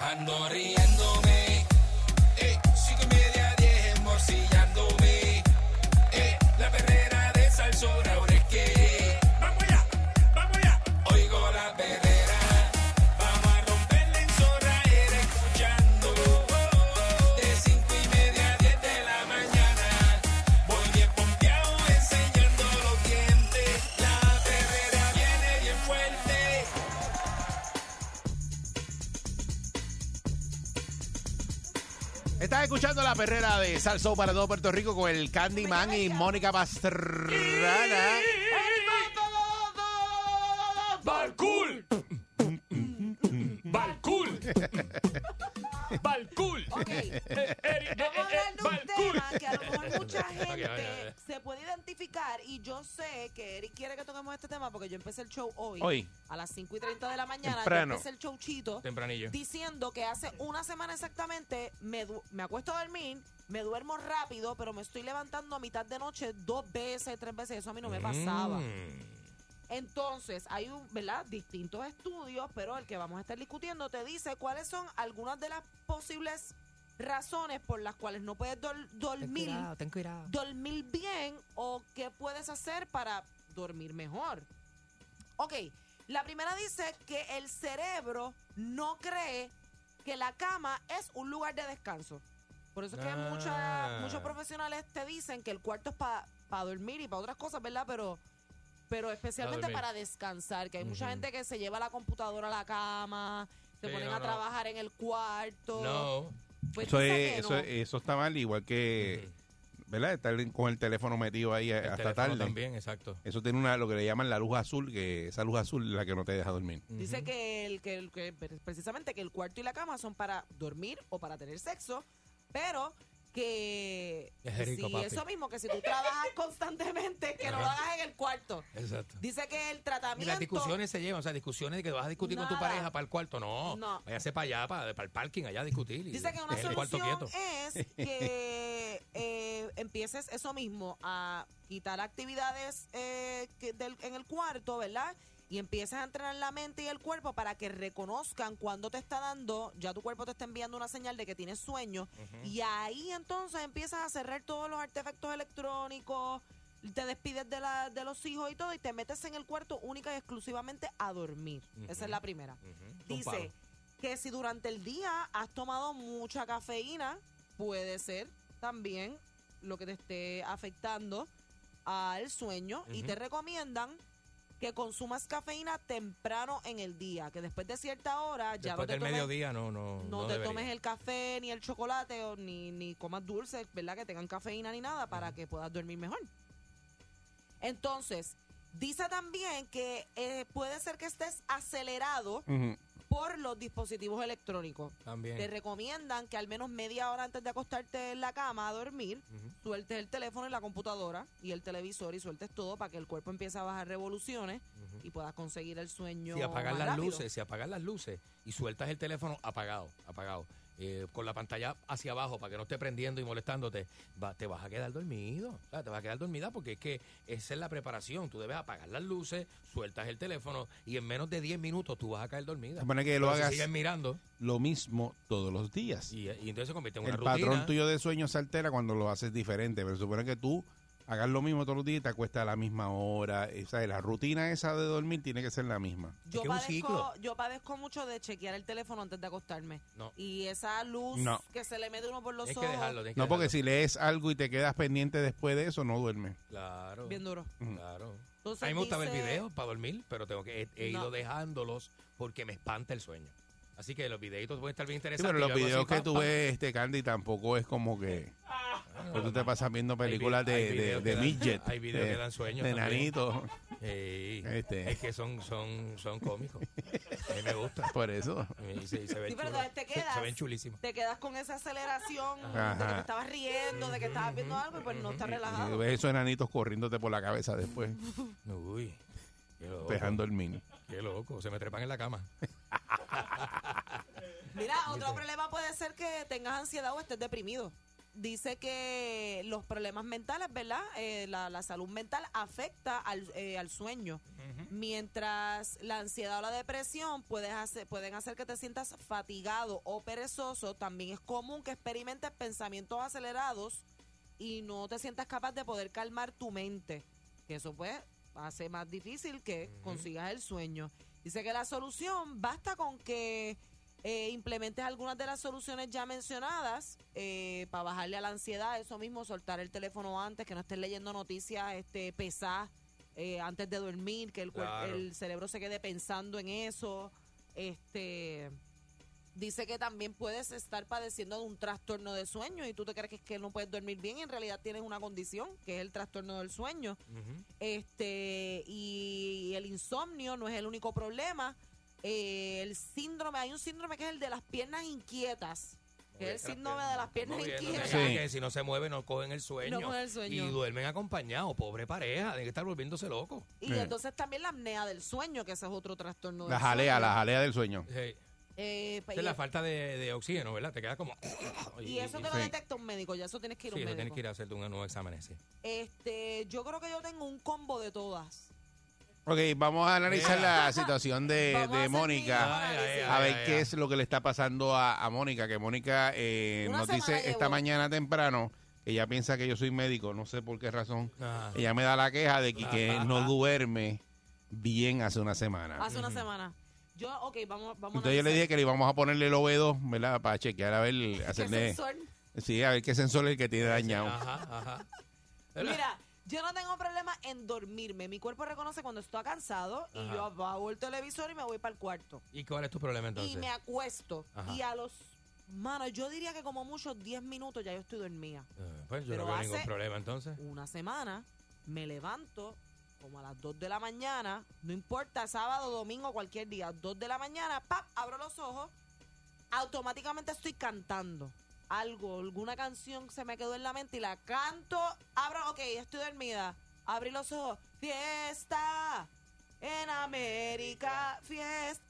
Ando riéndome, eh, cinco y media, diez, morcillándome, eh, la perrera de Salsón, ahora es que, vamos ya, vamos ya, oigo la perrera, vamos a romperla en zorra, era escuchando, de cinco y media a diez de la mañana, voy bien pompeado enseñando los dientes, la perrera viene bien fuerte. Estás escuchando la perrera de Salso para todo Puerto Rico con el Candyman y Mónica Pastrana. Balcool. Balcool. Balcool. Eh, Ok, vamos a hablar de un tema que a lo mejor mucha gente se puede identificar y yo sé que Eric quiere que toquemos este tema porque yo empecé el show hoy, Hoy. a las 5 y 30 de la mañana, Temprano. yo empecé el show chito Tempranillo. diciendo que hace una semana exactamente me, du- me acuesto a dormir, me duermo rápido, pero me estoy levantando a mitad de noche dos veces, tres veces, eso a mí no me Mm. pasaba. Entonces, hay un, ¿verdad? distintos estudios, pero el que vamos a estar discutiendo te dice cuáles son algunas de las posibles razones por las cuales no puedes dol- Ten dormir, cuidado, ten cuidado. dormir bien o qué puedes hacer para dormir mejor. Ok, la primera dice que el cerebro no cree que la cama es un lugar de descanso. Por eso es que Ah. mucha- muchos profesionales te dicen que el cuarto es para dormir y para otras cosas, ¿verdad? Pero, pero especialmente dormir. para descansar, que hay mucha Ujú. gente que se lleva la computadora a la cama, se Sí, ponen no, a no. trabajar en el cuarto. No. Pues Eso, dice es- que eso, no. es- eso está mal, igual que, ¿verdad? Estar con el teléfono metido ahí El hasta teléfono tarde. También, exacto. Eso tiene una lo que le llaman la luz azul, que esa luz azul es la que no te deja dormir. Mm. Dice que, el, que, el- que pre- precisamente que el cuarto y la cama son para dormir o para tener sexo, pero que Es rico, si papi. eso mismo, que si tú trabajas constantemente, que no lo Ajá. hagas en el cuarto. Exacto. Dice que el Y tratamiento... las discusiones se llevan, o sea, discusiones de que vas a discutir con tu Nada. pareja para el cuarto. No, No. váyase para allá, para, para el parking, allá a discutir. y- Dice que una en el cuarto solución quieto. es que eh, empieces eso mismo, a quitar actividades eh, que del- en el cuarto, ¿verdad? Y empieces a entrenar la mente y el cuerpo para que reconozcan cuando te está dando, ya tu cuerpo te está enviando una señal de que tienes sueño. Y ahí entonces empiezas a cerrar todos los artefactos electrónicos, te despides de, la, de los hijos y todo, y te metes en el cuarto única y exclusivamente a dormir. Esa es la primera. Son Dice palos. que si durante el día has tomado mucha cafeína, puede ser también lo que te esté afectando al sueño y Ujú. te recomiendan que consumas cafeína temprano en el día, que después de cierta hora ya Después no te del tomes, mediodía no, no no, no te debería. tomes el café ni el chocolate o ni, ni comas dulces, ¿verdad? Que tengan cafeína ni nada para que puedas dormir mejor. Entonces, dice también que eh, puede ser que estés acelerado por los dispositivos electrónicos. También. Te recomiendan que al menos media hora antes de acostarte en la cama a dormir, sueltes el teléfono y la computadora y el televisor y sueltes todo para que el cuerpo empiece a bajar revoluciones y puedas conseguir el sueño. Si apagar más las rápido. luces, si apagar las luces y sueltas el teléfono apagado, apagado, eh, con la pantalla hacia abajo para que no esté prendiendo y molestándote, va- te vas a quedar dormido. O sea, te vas a quedar dormida porque es que esa es la preparación. Tú debes apagar las luces, sueltas el teléfono y en menos de 10 minutos tú vas a caer dormida. Se supone que lo Pero si hagas- sigues mirando Lo mismo todos los días. y, y entonces se convierte en El una rutina. patrón tuyo de sueño se altera cuando lo haces diferente, pero se supone que tú hagas lo mismo todos los días y te acuestas a la misma hora. Esa es la rutina esa de dormir tiene que ser la misma. Yo que es un padezco, ciclo. yo padezco mucho de chequear el teléfono antes de acostarme. No. Y esa luz No. que se le mete uno por los Tienes ojos. que dejarlo. tienes que No, porque dejarlo. si lees algo y te quedas pendiente después de eso, no duermes. Claro. Bien duro. Claro. Entonces a mí me gusta ver dice- videos para dormir, pero tengo que he, he No. ido dejándolos porque me espanta el sueño. Así que los videitos pueden estar bien Sí, interesantes. pero los Yo hago videos así, que pam, tú pam. ves, este Candy, tampoco es como que, que tú te pasas viendo películas vi- Ah. hay de, de, videos que de dan- midget, hay videos de, que dan sueños de también. nanitos. Sí. Este. Es que son, son, son cómicos. A mí me gusta. Por eso. Y se, y se ven Sí, pero chulos. te Se- quedas. se ven chulísimos. Te quedas con esa aceleración de que Ajá. te estabas riendo, de que estabas viendo algo, y pues no estás Y relajado. ves esos enanitos corriéndote por la cabeza después, Uy, qué loco. te dejan dormir. Qué loco. Se me trepan en la cama. Mira, otro problema puede ser que tengas ansiedad o estés deprimido. Dice que los problemas mentales, ¿verdad? Eh, la, la salud mental afecta al, eh, al sueño. Mientras la ansiedad o la depresión puedes hacer, pueden hacer que te sientas fatigado o perezoso, también es común que experimentes pensamientos acelerados y no te sientas capaz de poder calmar tu mente. Que eso pues hace más difícil que consigas el sueño. Dice que la solución basta con que eh, implementes algunas de las soluciones ya mencionadas eh, para bajarle a la ansiedad, eso mismo, soltar el teléfono antes, que no estés leyendo noticias este, pesadas eh, antes de dormir, que el, cuer- Claro. el cerebro se quede pensando en eso. Este dice que también puedes estar padeciendo de un trastorno de sueño y tú te crees que, es que no puedes dormir bien y en realidad tienes una condición que es el trastorno del sueño Ujú. este y el insomnio no es el único problema eh, el síndrome hay un síndrome que es el de las piernas inquietas que es el síndrome de las piernas Moviéndose, Ah, inquietas Sí. Que si no se mueve, no cogen el sueño. No cogen el sueño. Y duermen acompañados. Pobre pareja. Tienen que estar volviéndose locos. y Sí. entonces también la apnea del sueño que ese es otro trastorno La del jalea, sueño. la jalea del sueño. Sí. Eh, pa- Esa es y, la falta de, de oxígeno, ¿verdad? Te quedas como. y eso te lo Sí. detecta un médico ya eso tienes que ir a Sí, un eso tienes médico que ir a hacerte un nuevo examen. Sí. este yo creo que yo tengo un combo de todas Ok, vamos a analizar Yeah. la situación de, Vamos a de hacer Mónica. mi análisis. A Ya, ver ya. qué es lo que le está pasando a, a Mónica, que Mónica eh, Una nos semana dice esta llevo. mañana temprano que ella piensa que yo soy médico, no sé por qué razón. Ah. Ella me da la queja de que, que no duerme bien hace una semana. hace una semana yo ok vamos vamos a Ah, Entonces yo le dije analizar. que le íbamos a ponerle el OB2, ¿verdad? Para chequear, a ver, ¿Qué hacerle... sensor? Sí, a ver qué sensor es el que tiene dañado. Ajá, ajá. Mira, yo no tengo problema en dormirme. Mi cuerpo reconoce cuando estoy cansado y Ajá. yo apago el televisor y me voy para el cuarto. ¿Y cuál es tu problema entonces? Y me acuesto. Ajá. Y a los. Mano, yo diría que como mucho 10 minutos ya yo estoy dormida. Ah, Pues yo Pero no veo ningún hace- problema entonces. Una semana me levanto como a las 2 de la mañana, no importa, sábado, domingo, cualquier día, 2 de la mañana, ¡pap! abro los ojos, automáticamente estoy cantando. Algo, alguna canción se me quedó en la mente y la canto, abro, ok, estoy dormida, abrí los ojos, fiesta en América, fiesta,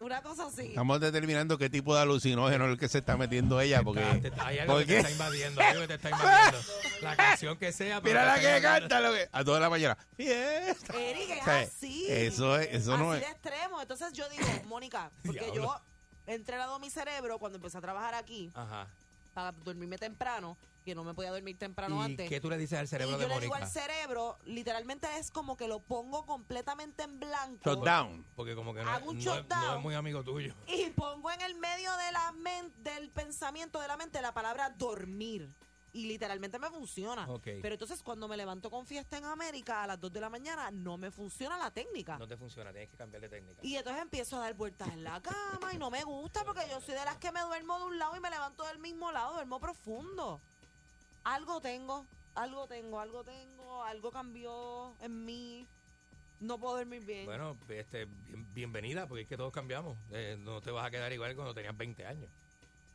una cosa así. Estamos determinando qué tipo de alucinógeno es el que se está metiendo ella, Ah, porque... te- hay algo que ¿Por te está qué? invadiendo, hay algo que te está invadiendo. La canción que sea. pero Mira te la está que invadiendo. canta, lo que... A toda la mañana. Fiesta. Eric, es O sea, así. Eso, es- eso no así es... de extremo. Entonces yo digo, Mónica, porque Diablo. Ah. yo he entrenado mi cerebro cuando empecé a trabajar aquí Ajá. para dormirme temprano, que no me podía dormir temprano ¿Y antes. qué tú le dices al Y yo cerebro de le digo Mónica? al cerebro, literalmente es como que lo pongo completamente en blanco. Shutdown. Porque como que no, Hago un no es, shutdown. no es muy amigo tuyo. Y pongo en el medio de la men- del pensamiento de la mente la palabra dormir. Y literalmente me funciona. Ok. Pero entonces cuando me levanto con fiesta en América a las 2 de la mañana, no me funciona la técnica. No te funciona, tienes que cambiar de técnica. Y entonces empiezo a dar vueltas en la cama y no me gusta porque yo soy de las que me duermo de un lado y me levanto del mismo lado, duermo profundo. Algo tengo, algo tengo, algo tengo, algo cambió en mí. No puedo dormir bien. Bueno, este, bien- bienvenida, porque es que todos cambiamos. Eh, no te vas a quedar igual cuando tenías 20 años.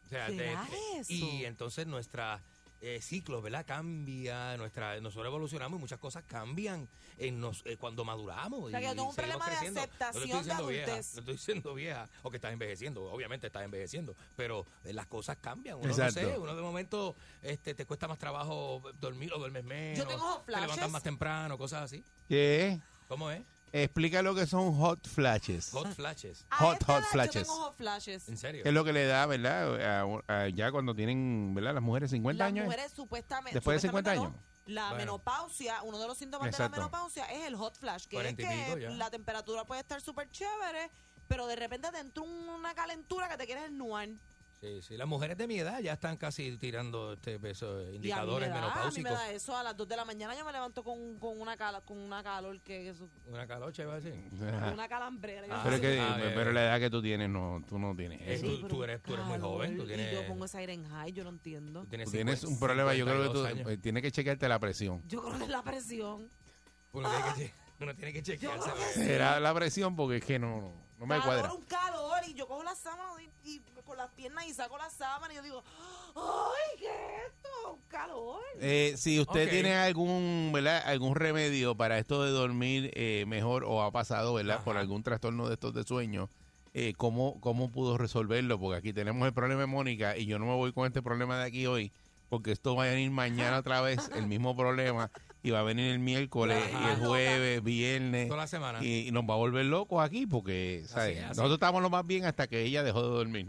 O sea, ¿Será eso? Y entonces nuestra eh, ciclo, ¿verdad? Cambia, nuestra, nosotros evolucionamos y muchas cosas cambian en nos, eh, cuando maduramos. O sea, y que yo tengo un seguimos problema de creciendo. aceptación no te estoy diciendo de vieja, adultez. no estoy diciendo vieja, o que estás envejeciendo, obviamente estás envejeciendo, pero eh, las cosas cambian. Uno Exacto. no sé, uno de momento este, te cuesta más trabajo dormir o duermes menos. tengo Te levantas flashes. más temprano, cosas así. ¿Qué? ¿Cómo es? Explica lo que son hot flashes. Hot flashes. A hot, esta hot edad Yo flashes. este tengo hot flashes. ¿En serio? Que es lo que le da, ¿verdad? A- a- ya cuando tienen, ¿verdad? Las mujeres 50 Las años. mujeres supuestamente... Después de supuestamente 50 no. La Bueno. menopausia, uno de los síntomas de Exacto. la menopausia es el hot flash, que es 40 y pico que ya. la temperatura puede estar súper chévere, pero de repente te entra una calentura que te quieres ennuar. Sí, sí. Las mujeres de mi edad ya están casi tirando este, esos Y a mí indicadores me da- A menopáusicos. mí me da eso a las 2 de la mañana. Yo me levanto con, con, una, cala- con una calor que es Una calocha iba a decir. Ajá. una calambrera. Yo Ah, no Pero, sé es que, Ah, bien, pero bien. la edad que tú tienes, no, tú no tienes Eh, eso. qué, tú- pero tú eres- tú eres muy calor. joven, tú Y tienes- yo pongo ese aire en high, yo no entiendo. Eh. Tú tienes, Tú tienes 50, un problema, yo creo que tú 52 años. eh, tienes que chequearte la presión. Yo creo que es la presión. Uno tiene que- Uno tiene que chequearse. Será la presión porque es que no, no, no me cuadra. un calor y yo cojo la sábana y, y con las piernas y saco la sábana y yo digo, ¡ay, qué es esto! ¡Un calor! Eh, si usted Ok. tiene algún, ¿verdad? algún remedio para esto de dormir eh, mejor o ha pasado ¿verdad? por algún trastorno de estos de sueño, eh, ¿cómo, ¿cómo pudo resolverlo? Porque aquí tenemos el problema de Mónica y yo no me voy con este problema de aquí hoy, porque esto va a venir mañana otra vez, el mismo problema, y va a venir el miércoles, y Ajá. el jueves, viernes, Toda la semana. y, y nos va a volver locos aquí porque ¿sabes? así. nosotros estábamos lo más bien hasta que ella dejó de dormir.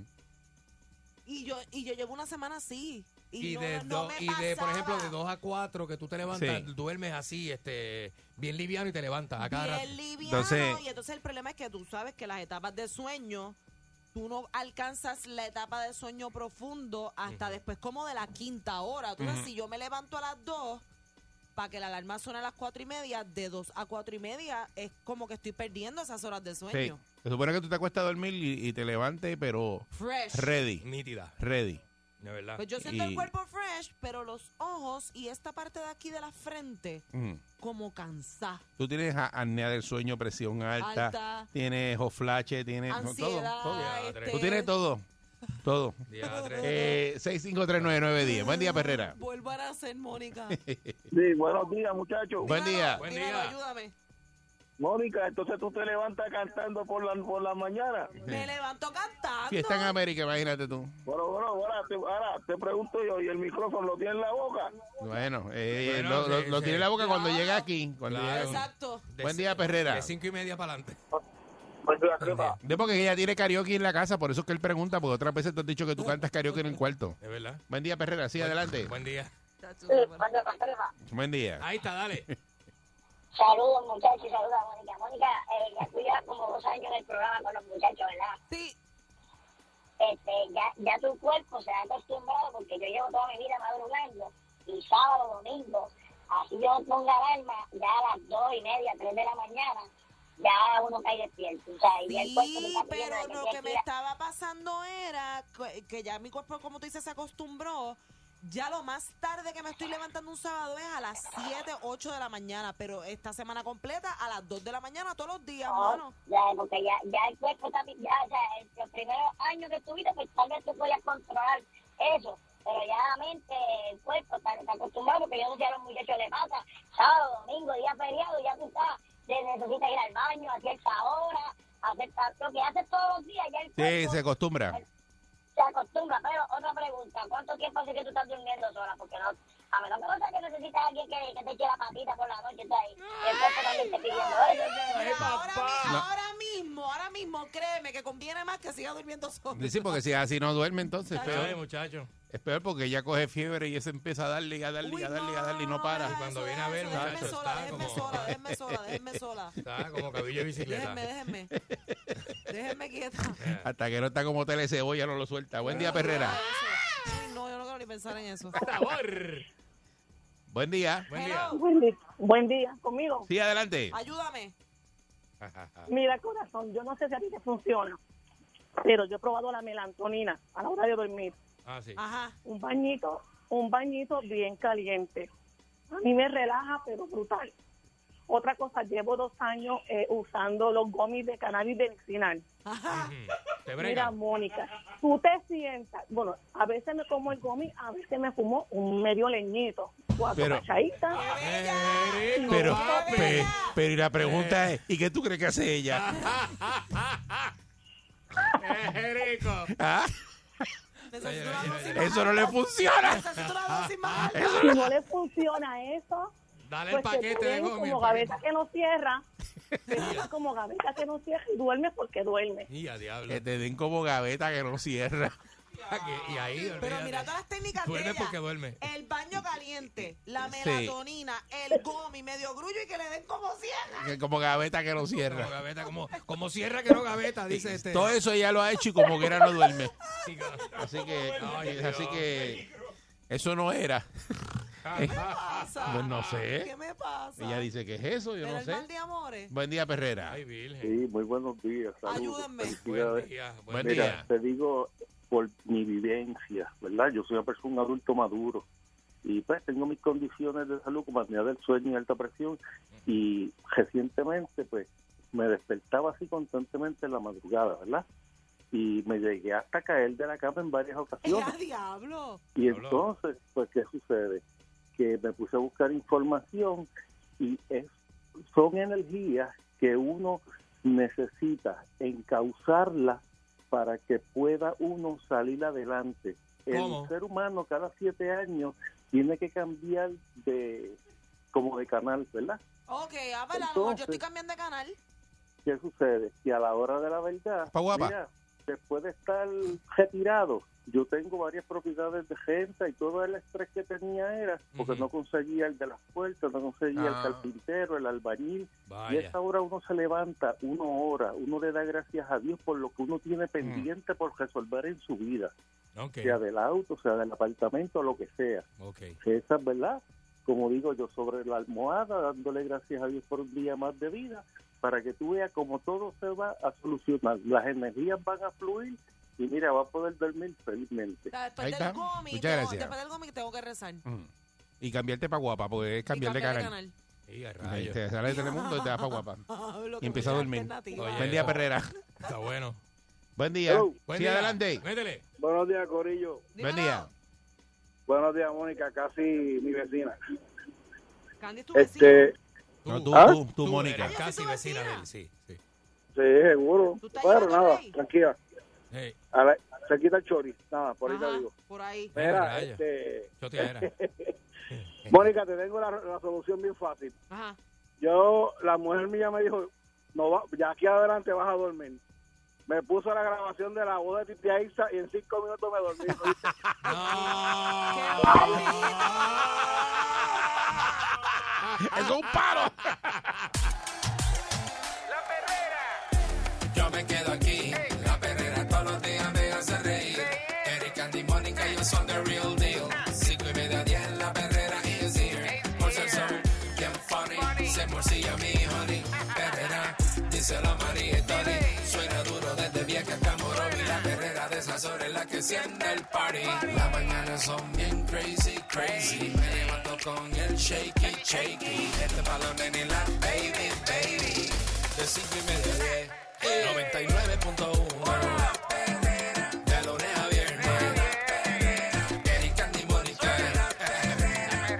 Y yo, y yo llevo una semana así. Y, Y, no, de, no do- me y de, por ejemplo, de pasaba. 2 a 4 que tú te levantas, Sí. duermes así, este, bien liviano y te levantas a cada rato. Bien liviano, Entonces- y entonces el problema es que tú sabes que las etapas de sueño, tú no alcanzas la etapa de sueño profundo hasta después como de la quinta hora. Tú sabes, si yo me levanto a las dos, para que la alarma suene a las cuatro y media, de dos a cuatro y media, es como que estoy perdiendo esas horas de Sí. sueño. Se supone que tú te acuestas a dormir y, y te levantes, pero Fresh. ready, Nítida, ready. de verdad. Pues yo siento Y- el cuerpo fresh, pero los ojos y esta parte de aquí de la frente Mm. como cansada. Tú tienes a- apnea del sueño, presión alta, Alta. tienes hoflache, tienes no, todo. Ansiedad. todo. este, Tú tienes todo. Todo. Diadre. Eh, 6539910. Buen día, Perrera. Vuelvo a nacer, Mónica. Sí, buenos días, muchachos. Buen día. Buen Dímelo, día. ayúdame. Mónica, entonces tú te levantas cantando por la, por la mañana. Me levanto cantando. Fiesta en América, imagínate tú. Bueno, bueno, ahora te, ahora te pregunto yo, ¿y el micrófono lo tiene en la boca? Bueno, eh, Bueno, lo, lo- sí, lo sí. tiene en la boca cuando Claro. llega aquí. cuando Claro. llega- Exacto. De Buen ci- día, Perrera. De 5 y media para adelante. De porque ella tiene karaoke en la casa, por eso es que él pregunta, porque otras veces te han dicho que tú cantas karaoke en el cuarto. De verdad. Buen día, Perrera. Sí, adelante. Buen día. Chacho, bueno. Buen día. Ahí está, dale. Saludos, muchachos, y saludos a Mónica. Mónica, eh, ya tú llevas como dos años en el programa con los muchachos, ¿verdad? Sí, Este, ya, ya tu cuerpo se ha acostumbrado porque yo llevo toda mi vida madrugando y sábado, domingo, así yo pongo alarma ya a las dos y media, tres de la mañana, ya uno cae despierto, o sea, y ya el cuerpo me sí, está pidiendo pero de lo ya que me estoy a- estaba pasando era que- que ya mi cuerpo, como tú dices, se acostumbró. Ya lo más tarde que me estoy levantando un sábado es a las 7, 8 de la mañana, pero esta semana completa a las 2 de la mañana todos los días, No, mano. Oh, ya, porque ya, ya el cuerpo está, pi- ya, o sea, el- los primeros años de tu vida, pues tal vez tú podías controlar eso, pero ya la mente, el cuerpo está, está acostumbrado, porque yo no sé si a los muchachos les pasa, sábado, domingo, día feriado, ya tú estás, te necesitas ir al baño a cierta hora, a cierta- lo que haces todos los días, ya el Sí, cuerpo se acostumbra. se acostumbra, pero otra pregunta, ¿cuánto tiempo hace que tú estás durmiendo sola? Porque no, a menos que no sea que necesitas a alguien que, que te eche la patita por la noche, está ahí, el cuerpo también te pidiendo eso. Mira, ahora, mi- No. ahora mismo, ahora mismo, créeme que conviene más que siga durmiendo solo. Sí, porque si así no duerme, entonces es Dale, peor. muchacho. Es peor porque ella coge fiebre y se empieza a darle y a darle Uy, y a darle y a darle y no eso, para. Cuando viene a eso, ver, déjenme muchacho, sola, está déjenme como- sola, déjenme sola, déjenme sola. Está como cabillo de bicicleta. Déjenme, déjenme. Déjenme quieta. Hasta que no está como tele cebolla, no lo suelta. Buen día, Perrera. Eso. Uy, no, yo no quiero ni pensar en eso. ¡Sabor! Buen día. Buen día. Hello, Buen día, buen día, conmigo. Sí, adelante. ayúdame. Mira, corazón, yo no sé si a ti te funciona, pero yo he probado la melantonina a la hora de dormir. Ah, sí. Ajá. Un bañito, un bañito bien caliente. A mí me relaja, pero brutal. Otra cosa, llevo dos años eh, usando los gomis de cannabis medicinal. Ajá. Ujú. Te Mira, brega. Mónica, tú te sientas, bueno, a veces me como el gomi, a veces me fumo un medio leñito, cuatro Pero- cachaditas. ¡Qué rico, Pero, papi! Ah. pe- pero y la pregunta es, ¿y qué tú crees que hace ella? ¡Qué rico! ¿Ah? Necesito una dosis más. Eso no le funciona. Necesito una dosis más. Si no le funciona eso, Dale el pues te paquete de tienen gomi. como el paquete. gaveta que no cierra, te tienen como gaveta que no cierra y duerme porque duerme. Y a diablo. Que te den como gaveta que no cierra. Ah, que- Y ahí, Pero mira olvídate. todas las técnicas de Duerme ella. porque duerme. El baño caliente, la Sí. melatonina, el gomi, medio grullo y que le den como cierra. Que Como gaveta que no Como cierra. gaveta, como, como cierra que no gaveta, dice este. Todo eso ella lo ha hecho y como que era no duerme. Chico. Así que, Ay, así Dios. que, eso no era. Ah, Pasa. Pues no sé. ¿Qué me pasa? Ella dice que es eso, yo Pero no el sé. mal de amores. Buen día, Perrera. Ay, virgen. Sí, muy buenos días. Ayúdenme. Buen día. Buen Buen día. Mira, día. te digo por mi vivencia, ¿verdad? Yo soy una persona, un adulto maduro. y pues tengo mis condiciones de salud como apnea del sueño y alta presión y recientemente pues me despertaba así constantemente en la madrugada, ¿verdad? Y me llegué hasta caer de la cama en varias ¡Era ocasiones. diablo! Y Diablo. entonces, pues, ¿qué sucede? Que me puse a buscar información y es, son energías que uno necesita encauzarlas para que pueda uno salir adelante. El ¿Cómo? ser humano cada siete años tiene que cambiar de como de canal, ¿verdad? Ok, ah, pero a lo mejor yo Entonces- estoy cambiando de canal. ¿Qué sucede? Que a la hora de la verdad, Pa' guapa. mira, después de estar retirado, yo tengo varias propiedades de gente y todo el estrés que tenía era porque Ujú. no conseguía el de las puertas, no conseguía Ah. el carpintero, el albañil. Y a Vaya. esta hora uno se levanta, uno ora, uno le da gracias a Dios por lo que uno tiene pendiente por resolver en su vida, Ok, sea del auto, sea del apartamento, lo que sea. ok. Esa es verdad. Como digo yo, sobre la almohada, dándole gracias a Dios por un día más de vida, para que tú veas cómo todo se va a solucionar. Las energías van a fluir y mira, va a poder dormir felizmente. Ah, Después Ahí del está. gomi, Muchas tengo- gracias. después del gomi tengo que rezar. Y Mm. Y cambiarte para guapa, porque es cambiar de canal. Sí, a Ahí rayos. te sale de Telemundo y te vas para guapa. Pablo, Y qué empieza a buena dormir. alternativa. Oye, Buen día, eso. Perrera. Está bueno. Buen día. Hello. Buen sí, día. adelante. Métele. Buenos días, Corillo. Dímelo. Buen día. Buenos días, Mónica, casi mi vecina. Candy es tu Este, vecino. Tú, No, tú, ¿Ah? tú, tú, Mónica. eres Casi Yo soy tu vecina de vecina. él, sí. sí. sí, seguro. ¿Tú estás Pero llegando nada, ahí? tranquila. Hey, A la, se quita el chori. Nada, por ahí te Ajá, digo. por ahí. Mira, Mira, rayos. este, yo te era. Mónica, te tengo la, la solución bien fácil. Ajá. yo la mujer mía me dijo no va, ya aquí adelante vas a dormir me puso la grabación de la voz de Titi Aiza y en cinco minutos me dormí ¡Qué No. ¡Eso es un paro! Yo me quedo aquí. La perrera todos los días me hace reír. Eric, Andy, Mónica, ellos son the real deal. Cinco y media, diez, la perrera is here. Por ser son bien funny, se morcilla mi honey. Perrera, díselo a María y Tony. Suena duro desde vieja hasta Morovi. La perrera de esas horas es la que enciende el party. Las mañanas son bien crazy, crazy. Me levanto con el shaky, shaky. Este pa' los nenes y la baby, baby. De cinco y media, a diez. 99.1 La perrera De lunes a viernes La perrera Erika Andy Mónica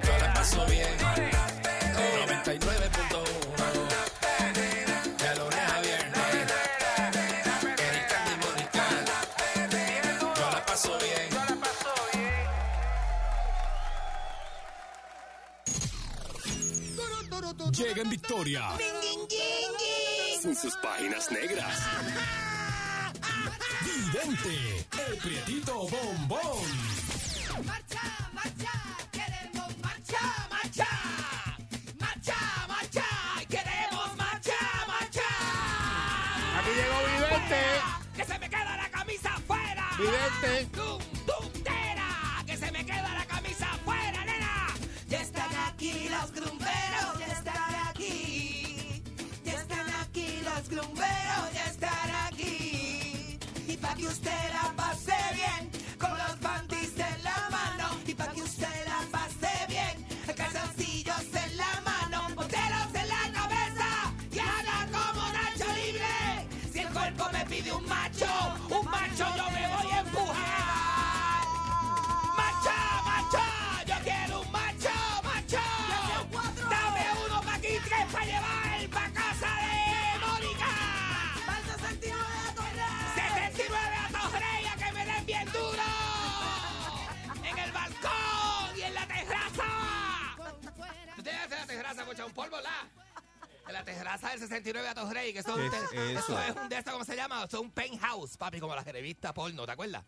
Yo la paso bien La perrera 99.1 La perrera De lunes a viernes La perrera Erika Andy Mónica La perrera Yo la paso bien Llega en victoria. En sus páginas negras. Vidente, el prietito bombón. Aquí llegó Vidente. Que se me queda la camisa afuera Vidente. Tum, tum, tera, que se me queda la camisa afuera, nena. Ya están aquí los grumberos, ya están aquí. Ya están aquí los grumberos, ya están aquí. Y para que usted la pase bien, con los bandis en la mano. Y para que usted la pase bien, calzoncillos en la mano, boteros en la cabeza. Y haga como Nacho Libre. Si el cuerpo me pide un macho, un macho yo me voy a empujar. Macho, macho, yo quiero un macho, macho. Dame uno pa' aquí, tres pa' llevar pa' casa de Mónica. 69 a Torreya. 69 a Torreya, que me den bien duro. En el balcón y en la terraza. ¿Tú te en la terraza, cocha? Un polvo, ¿la? En la terraza del 69 a Torreya, que eso ¿Qué es un es te- eso? eso es un de estos, ¿cómo se llama? Eso es un penthouse, papi, como las revistas porno, ¿te acuerdas?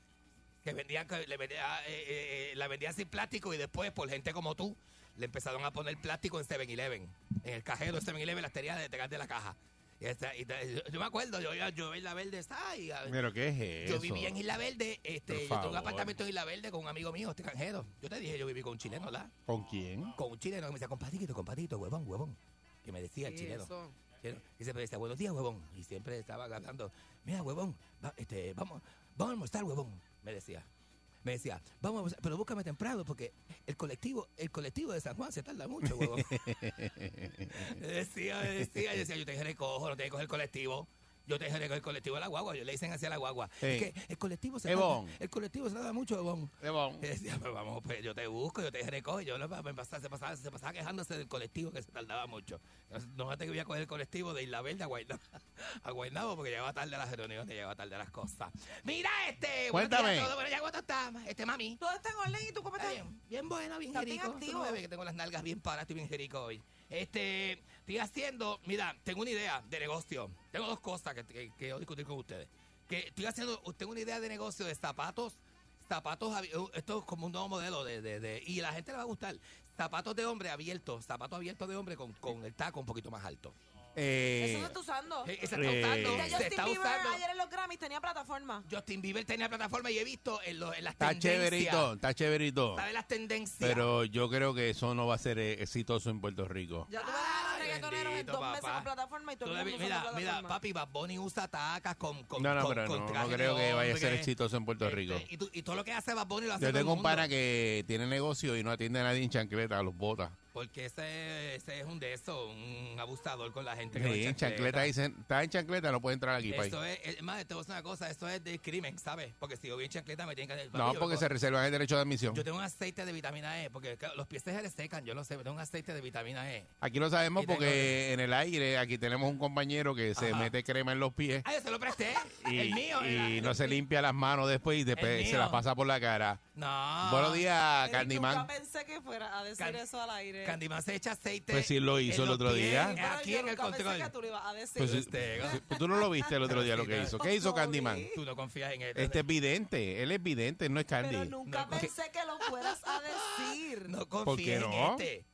que vendían, que le vendían, eh, eh, eh, la vendían sin plástico y después por gente como tú le empezaron a poner plástico en 7-Eleven. En el cajero de 7-Eleven las tenías de detrás de la caja. Y esta- y te- yo, yo me acuerdo, yo, yo, yo en Isla Verde estaba y, ah, ¿Pero qué es eso? yo vivía en Isla Verde, este, yo Por tengo un favor. apartamento en Isla Verde con un amigo mío, este cajero. Yo te dije, yo viví con un chileno, ¿verdad? ¿Con quién? Con un chileno que me decía, compadito, compadito, huevón, huevón. Que me decía el chileno. Eso. Quiero- Y siempre decía, buenos días, huevón. Y este, siempre estaba hablando, mira, huevón, va- este, vamos, vamos a almorzar, huevón, me decía. me decía, vamos, pero búscame temprano porque el colectivo, el colectivo de San Juan se tarda mucho, huevón. Me decía, me decía, yo decía, yo te dije recojo, no te dije coger el colectivo. Yo te dije recoger el colectivo a la guagua, yo le dicen hacia la guagua. Sí. Es que el colectivo se Ebón. tarda, el colectivo se tarda mucho, Ebón. Ebón. Y decía, pues vamos, pues yo te busco, yo te dije recoge, yo no, me pasaba, se pasaba, se pasaba quejándose del colectivo que se tardaba mucho. No mate que voy a coger el colectivo de Isla Verde a Guaynabo, a Guaynabo porque llegaba tarde a las reuniones, llegaba tarde a las cosas. Mira este, buenos días a Cuéntame. todos, buenos días, ¿cómo tú estás? Este mami. Todo está en orden y tú cómo Está estás. bien, bien bueno, bien Está bien jerico. Tú activo. me ves que tengo las nalgas bien paradas, estoy bien jerico hoy. Este, estoy haciendo, mira, tengo una idea de negocio. Tengo dos cosas que, que, que quiero discutir con ustedes. Que estoy haciendo, tengo una idea de negocio de zapatos, zapatos, abi- eh, esto es como un nuevo modelo de, de, de- y a la gente le va a gustar. Zapatos de hombre abiertos, zapatos abiertos de hombre con, con el taco un poquito más alto. Eso Eh, se está usando. Eh, eh, se está Eh. Ya usando, se Justin está Bieber usando. ayer en los Grammys tenía plataforma. Justin Bieber tenía plataforma y he visto en, lo- en las está tendencias. chéverito, está chéverito. ¿Sabes las tendencias? Pero yo creo que eso no va a ser eh, exitoso en Puerto Rico. Ya tú verás a los Ay, reggaetoneros en bendito, dos meses papá. con plataforma y todo Tú el le mundo vi- usando mira, plataforma. mira, papi, Bad Bunny usa tacas con, con No, no, con- pero con no, traje no de creo que vaya a ser hombre. exitoso en Puerto Este, Rico. y, tú- y todo lo que hace Bad Bunny lo hace Yo todo el tengo un mundo. pana que tiene negocio y no atiende a nadie en chancleta, los botas. Porque ese, ese es un de esos, un abusador con la gente que va Sí, en chancleta dicen, está en chancleta, no puede entrar aquí. país. Esto es, es más, te voy a decir una cosa, esto es de crimen, ¿sabes? Porque si yo voy en chancleta me tienen que... papi, No, yo porque me- se reservan el derecho de admisión. Yo tengo un aceite de vitamina E, porque claro, los pies se le secan, yo lo sé, pero tengo un aceite de vitamina E. Aquí lo sabemos Y tengo- porque en el aire aquí tenemos un compañero que se Ajá. mete crema en los pies ¡Ay, yo se lo presté! y, el mío. eh. y era- no se limpia las manos después y después El se las mío. pasa por la cara. No. Buenos Ay, días, Nunca Candyman. pensé que fuera a decir Can- eso al aire. Candyman se echa aceite. Pues sí, lo en hizo el los otro pies, día. Pero Aquí yo en el nunca pensé control. que tú lo ibas a decir. Pues, este, pues, tú no lo viste el otro día lo que hizo. ¿Qué hizo No, Candyman? Tú no confías en él. Este es vidente, él es vidente, él no es pero Candy. nunca No, pensé que lo fueras a decir. no ¿Por qué confíes en no? este.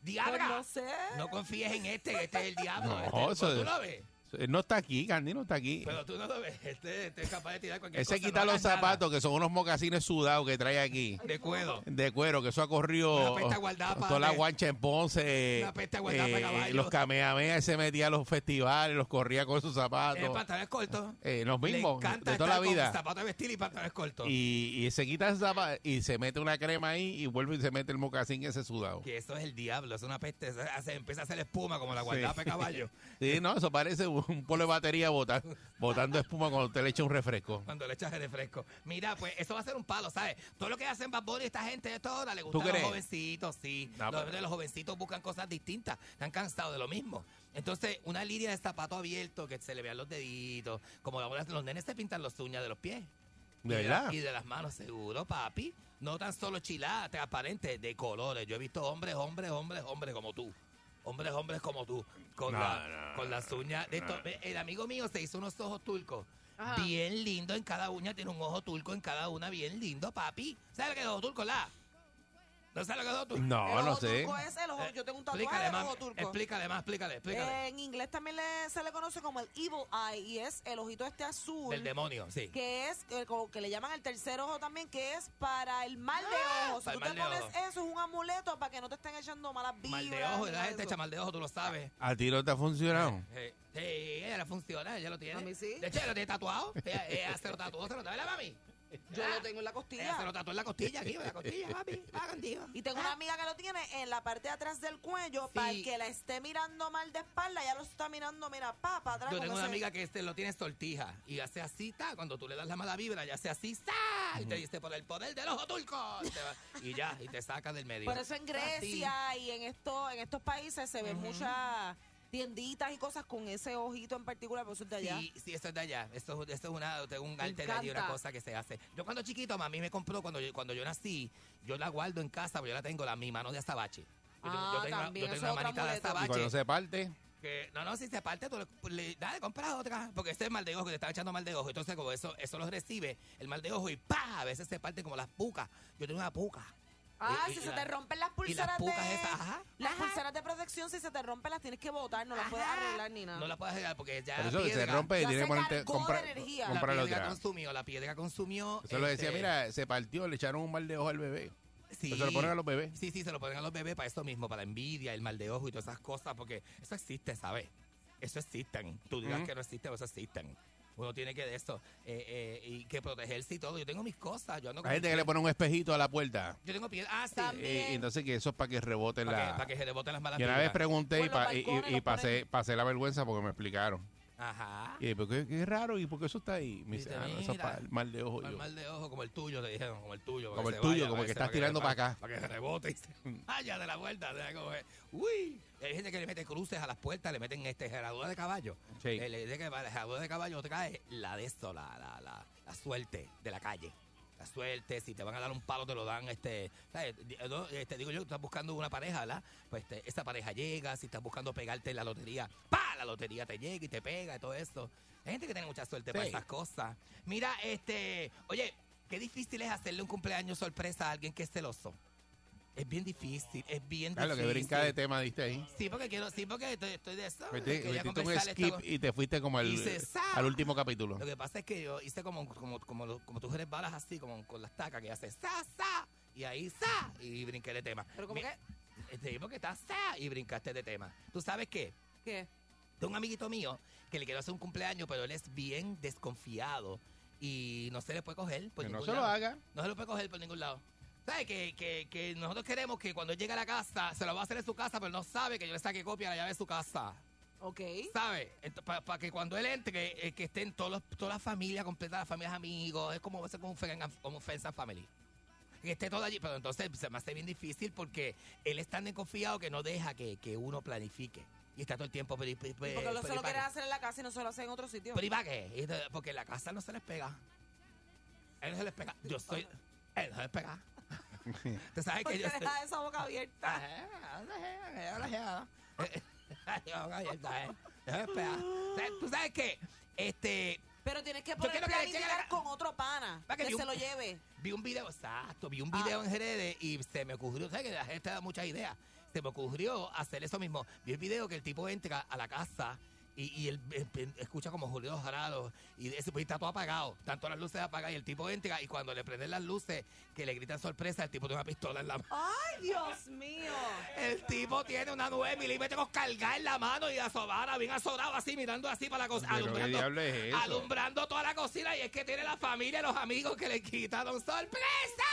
Pues ¡Diabla! no sé. No confíes en este, este es el diablo. No, este- eso pero es- tú lo ves. Él no está aquí, Candy no está aquí. Pero tú no lo ves. Este, este es capaz de tirar cualquier Él se cosa, quita no los hagas nada. zapatos que son unos mocasines sudados que trae aquí. de cuero. De cuero, que eso ha corrido Una pesta guardada para- toda la guancha en Ponce. eh, Una pesta guardada para caballo. Los cameameas se metía a los festivales, los corría con sus El zapatos. pantalón es corto. Eh, los Le mismos, encanta de toda la estar con vida. Zapatos de vestir y pantalones cortos. Y, y se quita el zapato y se mete una crema ahí y vuelve y se mete el mocasín ese sudado. Que eso es el diablo, es una peste. eso hace- empieza a hacer espuma como la guardada para caballo. Sí, no, eso parece un un polo de batería botar- botando espuma cuando usted le echa un refresco. Cuando le echas el refresco. Mira, pues eso va a ser un palo, ¿sabes? Todo lo que hacen Bad Bunny, esta gente de toda le gusta ¿Tú a los crees? jovencitos, sí. No, los, pero- los jovencitos buscan cosas distintas. Están cansados de lo mismo. Entonces, una línea de zapato abierto que se le vean los deditos. Como ahora los nenes se pintan los uñas de los pies. ¿De Y verdad? la- y de las manos, seguro, papi. No tan solo chiladas, transparentes, de colores. Yo he visto hombres, hombres, hombres, hombres como tú. Hombres, hombres como tú. Con, No, la- no, con las uñas. De esto. Ve, El amigo mío se hizo unos ojos turcos. Bien lindo en cada uña. Tiene un ojo turco en cada una. Bien lindo, papi. ¿Sabes lo que es ojo turco, la? ¿No sabes lo que es ojo turco? Eh, No, el no ojo sé. turco es el ojo. Yo tengo un tatuaje Explícale de más, ojo turco. Eh, explícale más, explícale, explícale. En inglés también le- se le conoce como el evil eye y es el ojito este azul. Del demonio, sí. que es eh, como que le llaman el tercer ojo también, que es para el mal de ojo. Si Ah, Para el tú te mal de pones ojo. eso, es un amuleto para que no te estén echando malas vibras. Mal de ojo, la ni nada gente de echa eso. mal de ojo, tú lo sabes. ¿A ti no te ha funcionado? Sí, sí, ella la funciona, ella lo tiene. A mí sí. De hecho, ella lo tiene tatuado. Ella, ella se lo tatuó, se lo tatuó, ¿verdad, mami? Yo Ah, lo tengo en Ella la se lo costilla. tatuó en la costilla, aquí, en la costilla, mami. Ah, contigo. Y tengo una amiga que lo tiene en la parte de atrás del cuello Sí. para el que la esté mirando mal de espalda, ya lo está mirando, mira, pa, para atrás. Yo con tengo una ese- amiga que este lo tiene sortija y hace así, ta, cuando tú le das la mala vibra, ya hace así, ta, y te dice por el poder del ojo turco. Y, te va- y ya, y te saca del medio. Por eso en Grecia y en esto, en estos países se ven muchas tienditas y cosas con ese ojito en particular, por eso es de allá. Sí, sí, eso es de allá. Esto, es- esto es una, tengo un Me arte de allí, una encanta. cosa que se hace. Yo cuando chiquito, mami me compró, cuando yo, cuando yo nací, yo la guardo en casa, porque yo la tengo, la, mi mano de azabache. Yo, tengo- yo Ah, tengo, una- también, yo tengo eso es una otro manita de amuleto. Y azabache. cuando se parte, Que, no, no, si se parte, tú le, le- dale, compra otra. Porque este es mal de ojo, que te está echando mal de ojo. Entonces, como eso, eso lo recibe, el mal de ojo, y pa, a veces se parte como las pucas. Yo tengo una puca. Ah, Eh, Y- y si se la- te rompen las y las pulseras pucas de... esas, ajá. Las Ajá. pulseras de protección, si se te rompen, las tienes que botar, no las puedes Ajá. arreglar ni nada. No la puedes arreglar porque ya. por la eso que se piedra- rompe, Ya tiene se que ponerte, cargó de comprar, energía. La comprar piedra otra. consumió, la piedra consumió. Eso lo decía, este, mira, se partió, le echaron un mal de ojo al bebé. Sí. Pues se lo ponen a los bebés. Sí, sí, se lo ponen a los bebés para esto mismo, para la envidia, el mal de ojo y todas esas cosas, porque pues eso existe, ¿sabes? Eso existen. Tú digas que no existe, pero eso existen. uno tiene que de esto eh, eh, y que protegerse y todo. Yo tengo mis cosas, yo ando con Hay gente que le pone un espejito a la puerta. Yo tengo piel. Ah, sí. Eh, Y entonces que eso es para que rebote Para la... que, pa' que se le boten las malas Yo una vez vibras. pregunté y, Por los pa- y- y- balcones y los pasé, pasé la vergüenza porque me explicaron. Ajá. Y ¿por qué, qué raro? ¿Y por qué eso está ahí? Me dice, Dice, ah, no, eso es mira, para el mal de ojo. Para Yo, el mal de ojo, como el tuyo, te dijeron, como el tuyo. para Como que se el tuyo, vaya, como para que se- estás tirando para, para acá. Mm. Para que se rebote y se vaya de la vuelta. te da como que, uy, hay gente que le mete cruces a las puertas, le meten este herradura de caballo. Sí. Eh, Le dice que para la herradura de caballo trae la de esto, la, la, la, la suerte de la calle. La suerte, si te van a dar un palo, te lo dan. Este, ¿sabes? Di- no, este, digo yo, estás buscando una pareja, ¿verdad? Pues este, esa pareja llega, si estás buscando pegarte en la lotería, ¡pa! La lotería te llega y te pega y todo esto. Hay gente que tiene mucha suerte para Sí. estas cosas. Mira, este, oye, qué difícil es hacerle un cumpleaños sorpresa a alguien que es celoso. Es bien difícil, es bien Claro, que difícil. brinca de tema, diste ahí. Sí, porque quiero, sí, porque estoy, estoy de eso. Metí- quería Metiste un conversar esta skip co- y te fuiste como al, Y se sabe. al último capítulo. Lo que pasa es que yo hice como, como, como, lo- como tú eres balas así, como con las tacas que haces sa, sa, y ahí sa, y brinqué de tema. Pero como Mi- Este tipo que está sa, y brincaste de tema. ¿Tú sabes qué? ¿Qué? de un amiguito mío que le quiero hacer un cumpleaños, pero él es bien desconfiado y no se le puede coger por Que no ningún se lo lado. haga. No se lo puede coger por ningún lado. ¿Sabes? Que, que, que nosotros queremos que cuando él llegue a la casa, se lo va a hacer en su casa, pero no sabe que yo le saque copia a la llave de su casa. Ok. ¿Sabes? Para que cuando él entre, eh, que estén todos los- toda la familia completa, las familias amigos, es como va a ser como un friend- como un friends and family. Que esté todo allí, pero entonces se me hace bien difícil porque él es tan desconfiado que no deja que, que uno planifique. Y está todo el tiempo... Porque Porque lo, se lo quieren hacer en la casa y no se lo hacen en otro sitio. pero ¿y para qué? Y esto- Porque en la casa no se les pega. A él no se les pega. Yo soy. a él no se les pega. Tú sabes ¿Por que qué yo soy. deja esa boca abierta? Ajá, ajá, ajá, ajá. Yo, ay, está bien. No se les pega. ¿Sabes- Tú sabes que este Pero tienes que Yo poner quiero que le plan llegue a la ideal ca- con otro pana. Va que Que vi un- se lo lleve. vi un video, exacto, vi un Ah. video en redes y se me ocurrió, sabes que la gente da muchas ideas. Se me ocurrió hacer eso mismo. Vi el video que el tipo entra a la casa y, y él eh, eh, escucha como Julio Jarado y ese pues, está todo apagado, están todas las luces apagadas y el tipo entra y cuando le prenden las luces que le gritan sorpresa, el tipo tiene una pistola en la mano. ¡Ay, Dios mío! El tipo tiene una 9 milímetros cargada en la mano y asobada, bien asobado así, mirando así para la cosa. Pero, ¿qué Alumbrando, diablo es eso? alumbrando toda la cocina y es que tiene la familia y los amigos que le quitaron sorpresa.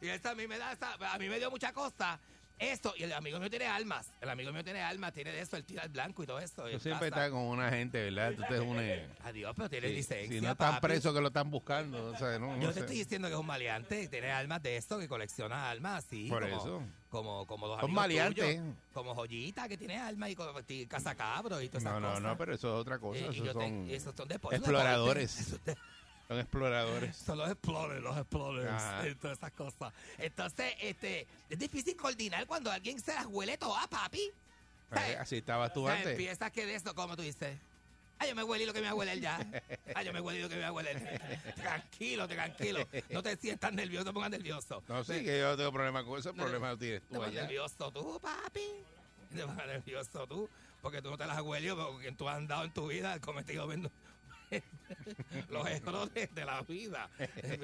Y esa a mí me da, esa- a mí me dio mucha cosa. Eso, y el amigo mío tiene almas. El amigo mío tiene almas, tiene de eso, el tira al blanco y todo eso. Tú siempre estás con una gente, ¿verdad? Tú te unes. Adiós, pero tiene Si, licencia. si no están papi. presos que lo están buscando. O sea, no, no Yo sé. te estoy diciendo que es un maleante, tiene almas de esto, que colecciona almas así. Por como, eso. Como, como los Un amigos maleante. tuyos, como joyita que tiene almas y, co- y cazacabros y todas esas No, no, cosas. no, pero eso es otra cosa. Eh, y Esos yo te- son esos son de- esos de- exploradores. esos de- Son exploradores. Son los explorers, los explorers, Ajá. y todas esas cosas. Entonces, este, es difícil coordinar cuando alguien se las huele todas, papi. ¿Sabes? Así estabas tú O sea, antes. Empiezas que de esto, como tú dices. Ah, yo me huelí lo que me va a hueler ya. Ah, yo me huelí lo que me va a hueler. tranquilo, tranquilo. No te sientas nervioso, no pongas nervioso. No sé, que yo no tengo problema con eso. El No, problema no. lo tienes Te tú vas allá. nervioso tú, papi. Te vas nervioso tú, porque tú no te las has huelido, porque tú has andado en tu vida, has cometido men- los errores de la vida.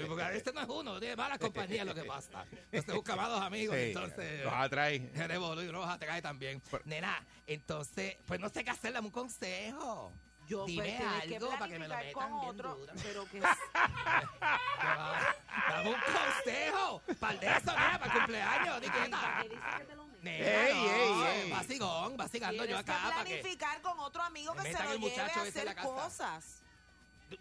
Porque a veces no es uno, tiene malas compañías lo que pasa. Entonces busca malos amigos, Sí, entonces... los atrae. Revolú y uno los atrae también. Pero- Nena, entonces, pues no sé qué hacer, dame un consejo. Yo Dime pues, tienes algo para que me lo planificar metan bien duro. pero que Dame un consejo. Para de eso, nena, para el cumpleaños. di quieta. Que dice que te lo metes. Nena, Ey, no, ey, ey. Vasigón, vasigando tienes yo acá que para que. planificar con otro amigo que metan se lo el lleve muchacho a ese en la hacer casa. cosas.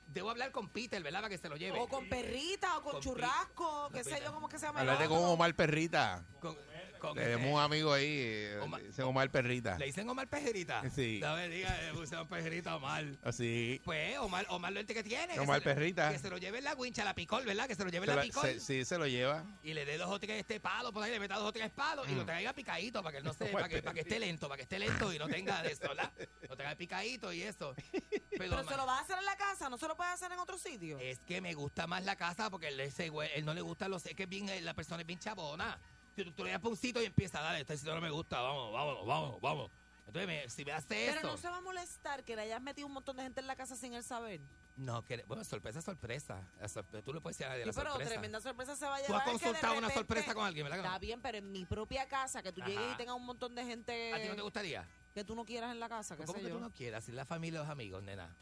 Debo hablar con Peter, ¿verdad? Para que se lo lleve. O con perrita, o con, Con pi- churrasco, con qué sé pita. yo, cómo es que se llama. el Hablate con otro. Omar Perrita. Con- con- este, Tenemos un amigo ahí, eh, Omar- dice Omar Perrita. ¿Le dicen Omar Pejerita? Eh, Sí. No me digas, le pusieron Pejerita Omar. Ah, Así. Pues Omar, Omar lo ente que tiene. que Omar se lo- Perrita. Que se lo lleve en la guincha, la picol, ¿verdad? Que se lo lleve en Se la la- picol. se- sí, se lo lleva. y le dé dos o tres este palo por ahí, le meta dos o tres palos Mm. y lo traiga picadito para que no se, Omar para que, para que esté lento, para que esté lento y no tenga de eso, ¿verdad? Lo traiga picadito y eso. Pero Omar- se lo va a hacer en la casa, no se lo puede hacer en otro sitio. Es que me gusta más la casa porque él, ese güey- él no le gusta los. Es que es bien, eh, la persona es bien chabona. Si tú, tú le das pa' un sitio y empieza a dar, este sitio no me gusta, vamos, vamos, vamos, vamos. Entonces, me- si me hace Pero eso. no se va a molestar que le hayas metido un montón de gente en la casa sin él saber. No, que, bueno, sorpresa, sorpresa. La sorpre- tú le puedes decir a nadie Sí, la pero sorpresa. tremenda sorpresa se va a llevar. ¿Tú has que de consultado una repente- sorpresa con alguien, verdad que no? Está bien, pero en mi propia casa, que tú Ajá. llegues y tengas un montón de gente ¿A ti no te gustaría? que tú no quieras en la casa, qué ¿Cómo sé que tú yo. no quieras? Si es la familia y los amigos, nena.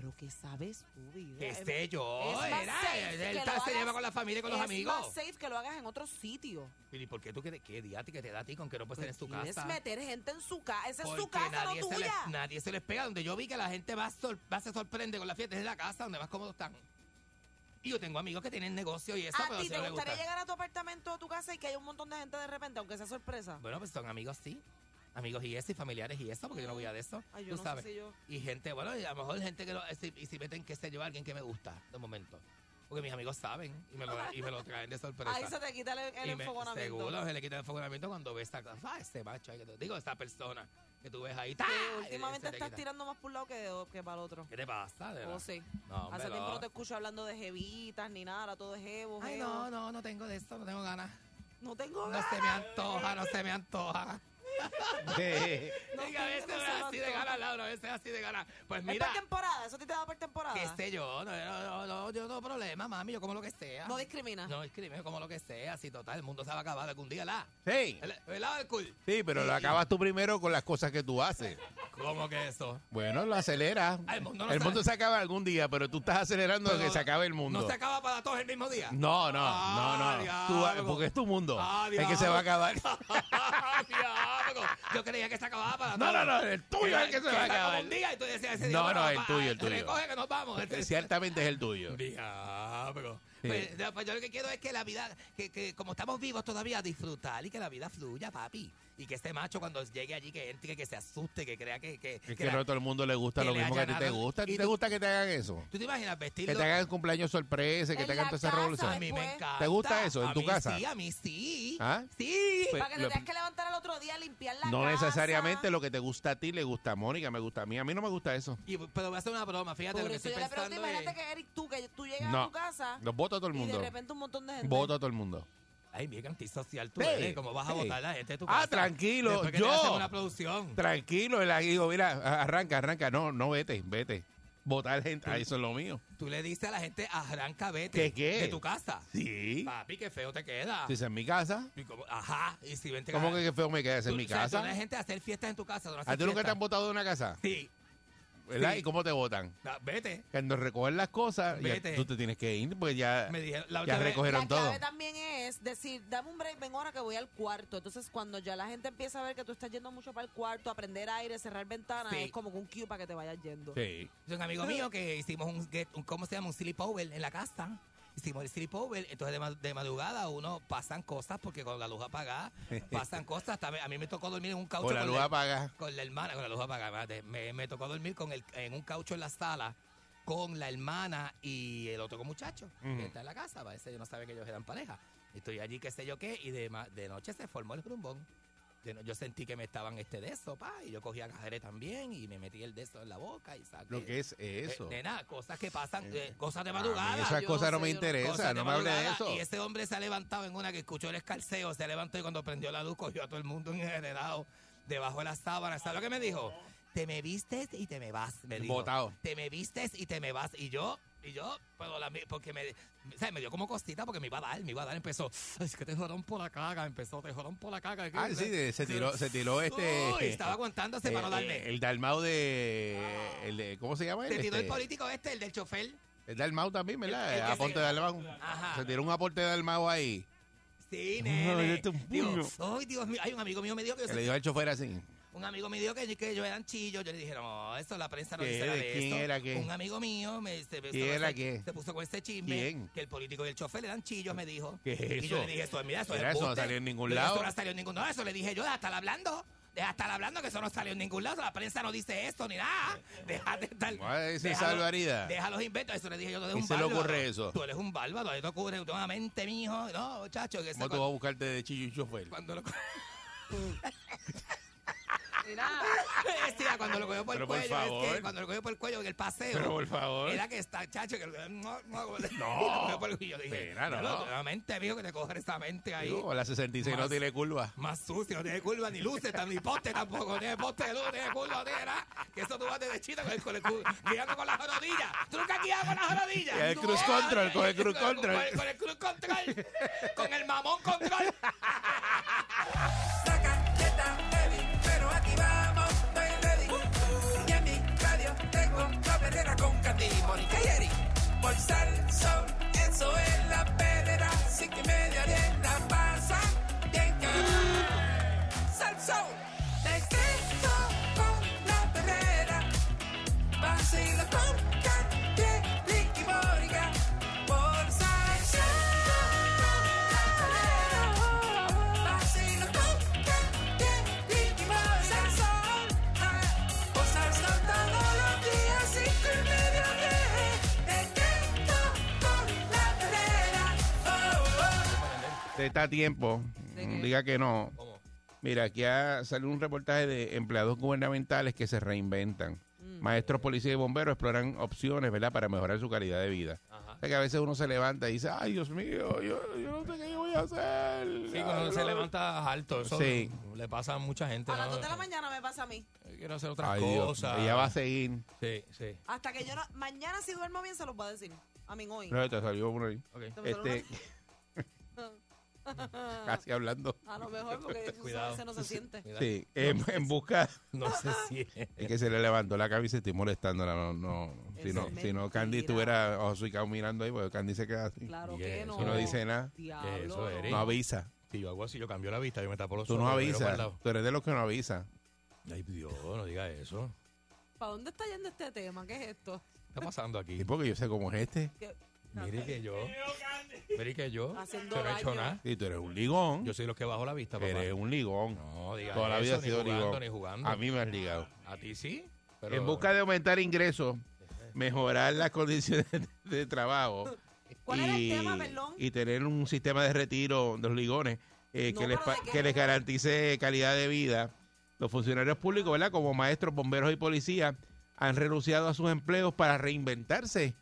pero que sabes tu vida. ¿Qué Es- sé yo? es más Era, safe él que tal lo se hagas- lleva con la familia y con los amigos. Es más safe que lo hagas en otro sitio. ¿Y por qué tú qué, qué día que te da a ti con que no puedes tener en tu Quieres casa? meter gente en su casa. Esa es Porque su casa, nadie, no se les, tuya. nadie se les pega. Donde yo vi que la gente va, sor- va se sorprende con la fiesta, es en la casa donde más cómodos están. Y yo tengo amigos que tienen negocio y eso, A pero ti si no te les gusta. gustaría llegar a tu apartamento o a tu casa y que haya un montón de gente de repente, aunque sea sorpresa. Bueno, pues son amigos, sí. Amigos y eso, y familiares y eso, porque yo no voy a de eso. Ay, yo tú no sé sabes. si yo- Y gente, bueno, y a lo mejor gente que no. Si, y si meten, qué sé yo, a alguien que me gusta, de momento. Porque mis amigos saben y me lo, y me lo traen de sorpresa. Ahí se te quita el, el Y me- enfogonamiento. Seguro se le quita el enfogonamiento cuando ves a ah, este macho ahí que tú- digo, esta persona que tú ves ahí. ¡tá! Que Y últimamente se te estás quita. tirando más por un lado que, que para el otro. ¿Qué te pasa? de Oh, verdad? sí. No, Ah, hombre, Hace tiempo no. no te escucho hablando de jevitas ni nada, ahora todo es jevo, Ay, jevo. no, no, no tengo de esto, no tengo ganas. No tengo No ganas. se me antoja, no se me antoja. No, Diga, este- a veces no se me es así de antoja. ganas, Laura, a veces es así de ganas. Pues Es mira, por temporada, eso a ti te da por temporada. qué sé yo, no, no, no, no, yo no tengo problema, mami, yo como lo que sea. No discrimina. No discrimino como lo que sea, si total, el mundo se va a acabar algún día, la. Sí, El, el lado del cool. sí, pero lo acabas tú primero con las cosas que tú haces. ¿Cómo que eso? Bueno, lo aceleras. Ah, el mundo no se acaba algún día, pero tú estás acelerando a Pero que se acabe el mundo. ¿No se acaba para todos el mismo día? No, no, Ah, no, no. Tú- diablo. porque es tu mundo. Ah, es que se diablo. va a acabar. Ah, diablo. Yo creía que se acababa para No, todos. no, no, el tuyo es el que se va a está como acabar. un día y tú decías ese día No, para- no, el para- tuyo, el que tuyo. Recoge que nos vamos. Ese- Ciertamente es el tuyo. Diablo. Sí. Pues, no, pues yo lo que quiero es que la vida, que, que como estamos vivos todavía, disfrutar y que la vida fluya, papi. Y que este macho cuando llegue allí, que entre, que se asuste, que crea que... que, Es que que la- no a todo el mundo le gusta que lo le mismo que a ti hayan te dado- gusta. ¿A ti y te tú- gusta que te hagan eso? ¿Tú te imaginas Que vestirlo? te hagan cumpleaños sorpresa, que En te hagan la toda esa casa, A revolución. mí Pues, me encanta. ¿Te gusta eso en A tu mí casa? Sí, a mí sí. ¿Ah? Sí. Pues, Para que lo- te tengas que levantar al otro día, limpiar la no casa. necesariamente lo que te gusta a ti le gusta a Mónica, me gusta a mí. A mí no me gusta eso. Y- pero voy a hacer una broma, fíjate Por lo que eso estoy yo le pregunto, pensando. imagínate es- que Eric, tú, que tú llegas a No. tu casa Los voto a todo el y de mundo. repente un montón de gente. Voto a todo el mundo. Ay, bien antisocial tú Sí, eres. ¿Cómo vas a sí. votar a la gente de tu Ah, casa? tranquilo, Después que te yo. hacen una producción. Tranquilo, el digo, mira, a- arranca, arranca. No, no vete, vete. Votar gente, ah, eso es lo mío. Tú le dices a la gente, arranca, vete. ¿Qué, qué? De tu casa. Sí. Papi, qué feo te queda. Si es en mi casa, Y como, ajá. Y si vente ¿cómo que qué feo me queda? Si es en mi casa. la gente a hacer fiestas en tu casa. tú no ¿A haces ti nunca te fiesta. han votado de una casa? Sí. ¿Verdad? Sí. ¿Y cómo te votan? Va, Ah, Vete. Cuando recogen las cosas, ya Vete. tú te tienes que ir porque ya, Me dijeron, la ya última vez- recogieron La todo. clave también es decir, dame un break, ven ahora que voy al cuarto. Entonces, cuando ya la gente empieza a ver que tú estás yendo mucho para el cuarto, aprender aire, cerrar ventanas, Sí. es como que un cue para que te vayas yendo. Sí. Es un amigo mío que hicimos un, get- un- ¿cómo se llama? Un sleepover en la casa. Hicimos el sleepover, entonces de, ma- de madrugada uno pasan cosas porque con la luz apagada pasan cosas. Hasta me- a mí me tocó dormir en un caucho O la luz apagada. con la hermana, con la luz apagada. espérate. Me, me tocó dormir con el, en un caucho en la sala con la hermana y el otro muchacho que está en la casa. Parece yo no sabía que ellos eran pareja. Estoy allí, qué sé yo qué, y de, ma- de noche se formó el rumbón. De no- yo sentí que me estaban este de eso, pa, y yo cogía cajere también y me metí el de eso en la boca y saqué. Lo que es Eh, eso. nena, cosas que pasan, eh, cosas de A mí madrugada. esas yo cosas no no me sé, yo no- interesan, cosas de no me hable de madrugada, eso. Y ese hombre se ha levantado en una que escuchó el escarceo, se levantó y cuando prendió la luz cogió a todo el mundo enredado debajo de la sábana. ¿Sabes lo que me dijo? Te me vistes y te me vas, me dijo. Botado. Te me vistes y te me vas. Y yo, y yo, pero la mi- porque me, ¿sabes? me dio como cosita porque me iba a dar, me iba a dar. Empezó, es que te jorón por la caga, empezó, te jorón por la caga. Ah, sí, de- se tiró, se tiró este. Uy, estaba aguantándose para no eh, darme. eh, El Dalmau de. El de ¿Cómo se llama? él? Te tiró el Este, político este, el del chofer. el Dalmau también, ¿verdad? El- el que aporte se- de Dalmau. Ajá. Se tiró un aporte de Dalmau ahí. Sí, Ah, me nene. diste un Digo, puño. Ay, Dios mío. Hay un amigo mío me dijo que yo Que le soy- dio al chofer así. un amigo me dijo que, que yo eran chillos. Yo le dije, no, eso la prensa no ¿Qué? dice nada ¿De de quién eso. era qué? Un amigo mío me se, se- ¿Quién se- era se- qué? se puso con ese chisme ¿Quién? que el político y el chofer eran chillos, me dijo. ¿Qué es Y yo eso? le dije, eso, mira, eso es Mira, eso no embuste. salió en ningún Yo dije, lado. Eso no salió en ningún lado. Eso le dije yo, deja de estar hablando. Deja de estar hablando que eso no salió en ningún lado. La prensa no dice esto ni nada. Deja de estar. ¿Cómo va a decir deja los- salvaridad? Deja los inventos. Eso le dije yo, tú eres ¿Quién un se le bárbaro. ocurre eso? Tú eres un bárbaro. Ahí te ocurre últimamente, mijo. No, muchacho. Que ese- ¿Cómo tú vas a buscarte de chillo y chofer? cuando lo Mira, Decía, Este, cuando lo cogió por Pero el por cuello, es que favor. cuando lo cogió por el cuello en el paseo. Pero por favor. Era que está, chacho, que lo- no, no, como le- No. lo cogió por el cuello. Yo dije, Espera, no. "Diablo, nuevamente, mijo, que te coger esa mente ahí. Digo, la 66 no Más- tiene curva. Más sucio, no tiene curva, ni luces, tan- ni poste tampoco, no tiene poste de luz, no tiene curva, no tiene nada. Que eso tú vas derechito con el, con el cu- guiando con las rodillas. Tú nunca has guiado con las rodillas. Y el Tú- cruise control, con el cruise Con- control. Con el, con el cruise control, con el mamón control. pero aquí vamos, estoy ready. Y en mi radio tengo la perrera con Cat se la compra de Ricky Borga por Salsón. Va, se la compra de Ricky Borga. Salsón, ah, por Salsón todos los días, cinco y media de- de Tento con la perrera. Oh, oh. Usted está a tiempo. ¿De Mm, qué? Diga que no. Mira, aquí ha salido un reportaje de empleados gubernamentales que se reinventan. Mm. Maestros, policías y bomberos exploran opciones, ¿verdad?, para mejorar su calidad de vida. O sea, que a veces uno se levanta y dice, ay, Dios mío, yo, yo no sé qué yo voy a hacer. Sí, cuando se levanta alto, eso Sí. le pasa a mucha gente. A las ¿no? 2 de la mañana me pasa a mí. Quiero hacer otras Ay, Dios, cosas. Ella va a seguir. Sí, sí. Hasta que yo no. Mañana, si duermo bien, se los voy a decir. A mí hoy. No, te salió uno ahí. Ok. Te me salió Este, casi hablando. A lo mejor, porque eso Cuidado. se no se siente. Mira, Sí, eh, em, en, en busca... No sé si es. Es que se le levantó la cabeza y estoy molestándola. No, no, si, Eso no, es si no, mentira. Candy estuviera obcecado mirando ahí, porque Candy se queda así. Claro Yes, que no. Y no dice nada. Diablo. Eso, Eric. No avisa. Si yo hago así, yo cambio la vista, yo me tapo los Tú no ojos, me miro avisas. para el lado. Tú eres de los que no avisa. Ay, Dios, no diga eso. ¿Para dónde está yendo este tema? ¿Qué es esto? ¿Qué está pasando aquí? Y porque yo sé cómo es este. ¿Qué- Mire que yo. Mire que yo. Haciendo yo no he hecho daño. nada. Y tú eres un ligón. Yo soy los que bajo la vista, papá. eres un ligón. No, diga Toda la vida eso, has sido ni jugando, ligón. ni jugando. A mí me has ligado. A ti sí. Pero En busca de aumentar ingresos, mejorar las condiciones de, de trabajo. ¿Cuál era el tema, perdón? y tener un sistema de retiro de los ligones eh, No, que, les, pero pa- ¿de qué? que les garantice calidad de vida. Los funcionarios públicos, ¿verdad? Como maestros, bomberos y policías, han renunciado a sus empleos para reinventarse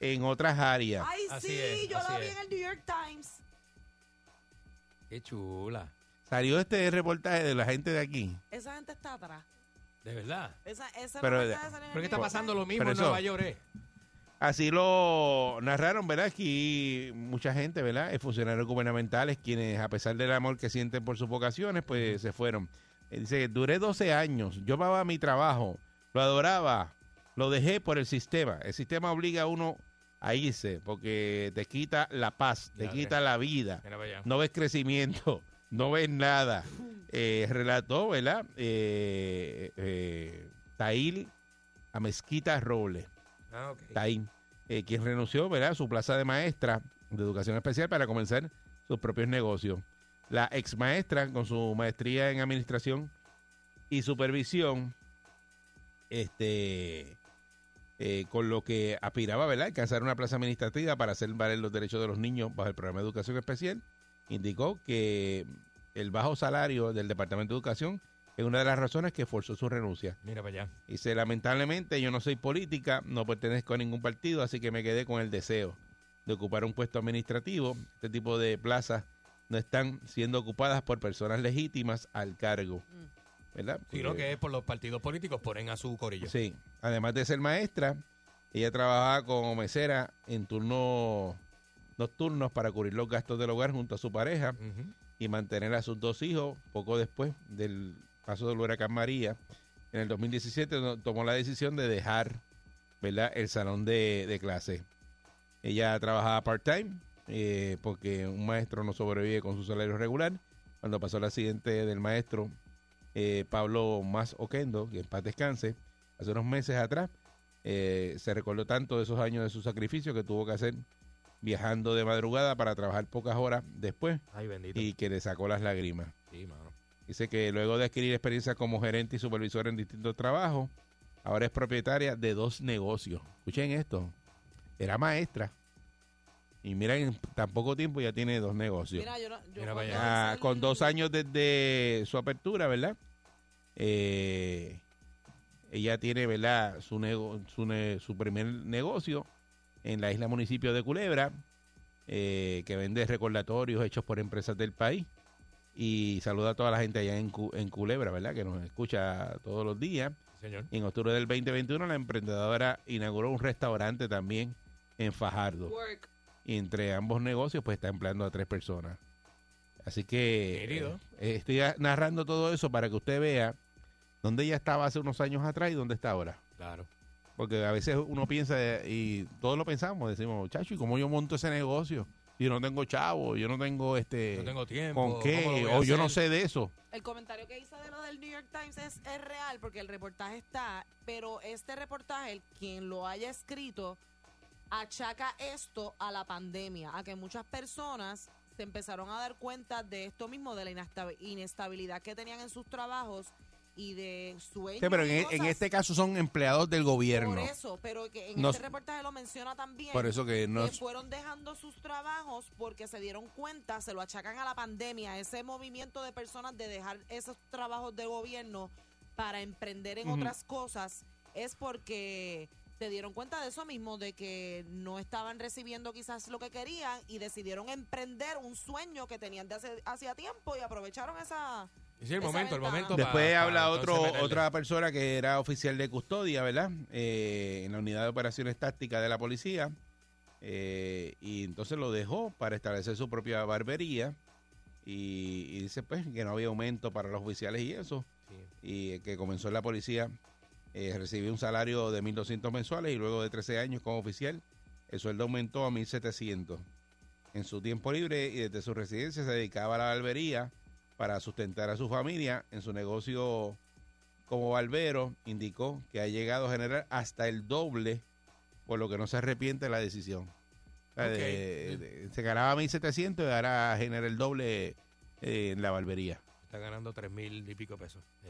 en otras áreas. Ay, Así sí, es, yo así lo vi es. en el New York Times. Qué chula. Salió este reportaje de la gente de aquí. Esa gente está atrás. De verdad. Esa, esa Pero- reportaje salió en el ¿Por qué está New York pasando Times. lo mismo Pero en eso- Nueva York? eh? Así lo narraron, ¿verdad? Aquí mucha gente, ¿verdad? Eh, Funcionarios gubernamentales, quienes a pesar del amor que sienten por sus vocaciones, pues se fueron. Eh, Dice, duré 12 años, yo amaba mi trabajo, lo adoraba, lo dejé por el sistema. El sistema obliga a uno a irse porque te quita la paz, te Ya, quita la vida, Mira para allá. no ves crecimiento, no ves nada. Eh, relató, ¿verdad? Eh, eh, Tail Amezquita Robles. Ah, ok. Taín, eh, quien renunció ¿verdad? a su plaza de maestra de educación especial para comenzar sus propios negocios. La ex maestra, con su maestría en administración y supervisión, este, eh, con lo que aspiraba ¿verdad? a alcanzar una plaza administrativa para hacer valer los derechos de los niños bajo el programa de educación especial, indicó que el bajo salario del Departamento de Educación es una de las razones que forzó su renuncia. Mira para allá. Dice, lamentablemente yo no soy política, no pertenezco a ningún partido, así que me quedé con el deseo de ocupar un puesto administrativo. Este tipo de plazas no están siendo ocupadas por personas legítimas al cargo. ¿Verdad? Sino Porque- que es por los partidos políticos ponen a su corillo. Sí. Además de ser maestra, ella trabajaba como mesera en turnos nocturnos para cubrir los gastos del hogar junto a su pareja Ujú. y mantener a sus dos hijos poco después del paso del huracán María. En el 2017 no- tomó la decisión de dejar ¿verdad? el salón de, de clase. Ella trabajaba part-time eh, porque un maestro no sobrevive con su salario regular. Cuando pasó el accidente del maestro eh, Pablo Más Oquendo, que en paz descanse, hace unos meses atrás, eh, se recordó tanto de esos años de su sacrificio que tuvo que hacer viajando de madrugada para trabajar pocas horas después Ay, bendito. y que le sacó las lágrimas. Sí, mano. Dice que luego de adquirir experiencia como gerente y supervisor en distintos trabajos, ahora es propietaria de dos negocios. Escuchen esto. Era maestra. Y mira, en tan poco tiempo ya tiene dos negocios. Mira, yo no. Yo Mira para cuando Ah, hice el- con dos años desde su apertura, ¿verdad? Eh, ella tiene, ¿verdad? Su, nego- su, ne- su primer negocio en la isla municipio de Culebra, eh, que vende recordatorios hechos por empresas del país. Y saluda a toda la gente allá en, Cu- en Culebra, ¿verdad? Que nos escucha todos los días. Sí, señor. En octubre del 2021, la emprendedora inauguró un restaurante también en Fajardo. Work. Y entre ambos negocios, pues está empleando a tres personas. Así que Querido. eh, estoy a- narrando todo eso para que usted vea dónde ella estaba hace unos años atrás y dónde está ahora. Claro. Porque a veces uno piensa eh, y todos lo pensamos, decimos, chacho, ¿y cómo yo monto ese negocio? Yo no tengo chavo, yo no tengo este. No tengo tiempo, ¿Con ¿cómo qué? lo voy a O yo no hacer? sé de eso. El comentario que hizo de lo del New York Times es, es real porque el reportaje está, pero este reportaje, el- quien lo haya escrito, achaca esto a la pandemia, a que muchas personas se empezaron a dar cuenta de esto mismo, de la inestabi- inestabilidad que tenían en sus trabajos y de sueños. Sí, pero y en, en cosas. este caso son empleados del gobierno. Por eso, pero que en No este s- reportaje lo menciona también. Por eso que no que es- fueron dejando sus trabajos porque se dieron cuenta, se lo achacan a la pandemia, ese movimiento de personas de dejar esos trabajos de gobierno para emprender en Ujú. otras cosas, es porque se dieron cuenta de eso mismo, de que no estaban recibiendo quizás lo que querían y decidieron emprender un sueño que tenían de hace, hacía tiempo y aprovecharon esa... Es el esa momento, el ventana. momento. Después pa- habla pa otro, entonces meterle. otra persona que era oficial de custodia, ¿verdad? Eh, en la unidad de operaciones tácticas de la policía. Eh, y entonces lo dejó para establecer su propia barbería. Y, y dice pues que no había aumento para los oficiales y eso. Y eh, que comenzó en la policía, eh, recibió un salario de 1.200 mensuales y luego de 13 años como oficial, el sueldo aumentó a 1.700. En su tiempo libre y desde su residencia se dedicaba a la barbería para sustentar a su familia en su negocio como barbero, indicó que ha llegado a generar hasta el doble, por lo que no se arrepiente de la decisión. O sea, Ok. de- de- se ganaba 1.700 y ahora genera el doble eh, en la barbería. Está ganando tres mil y pico pesos. Sí.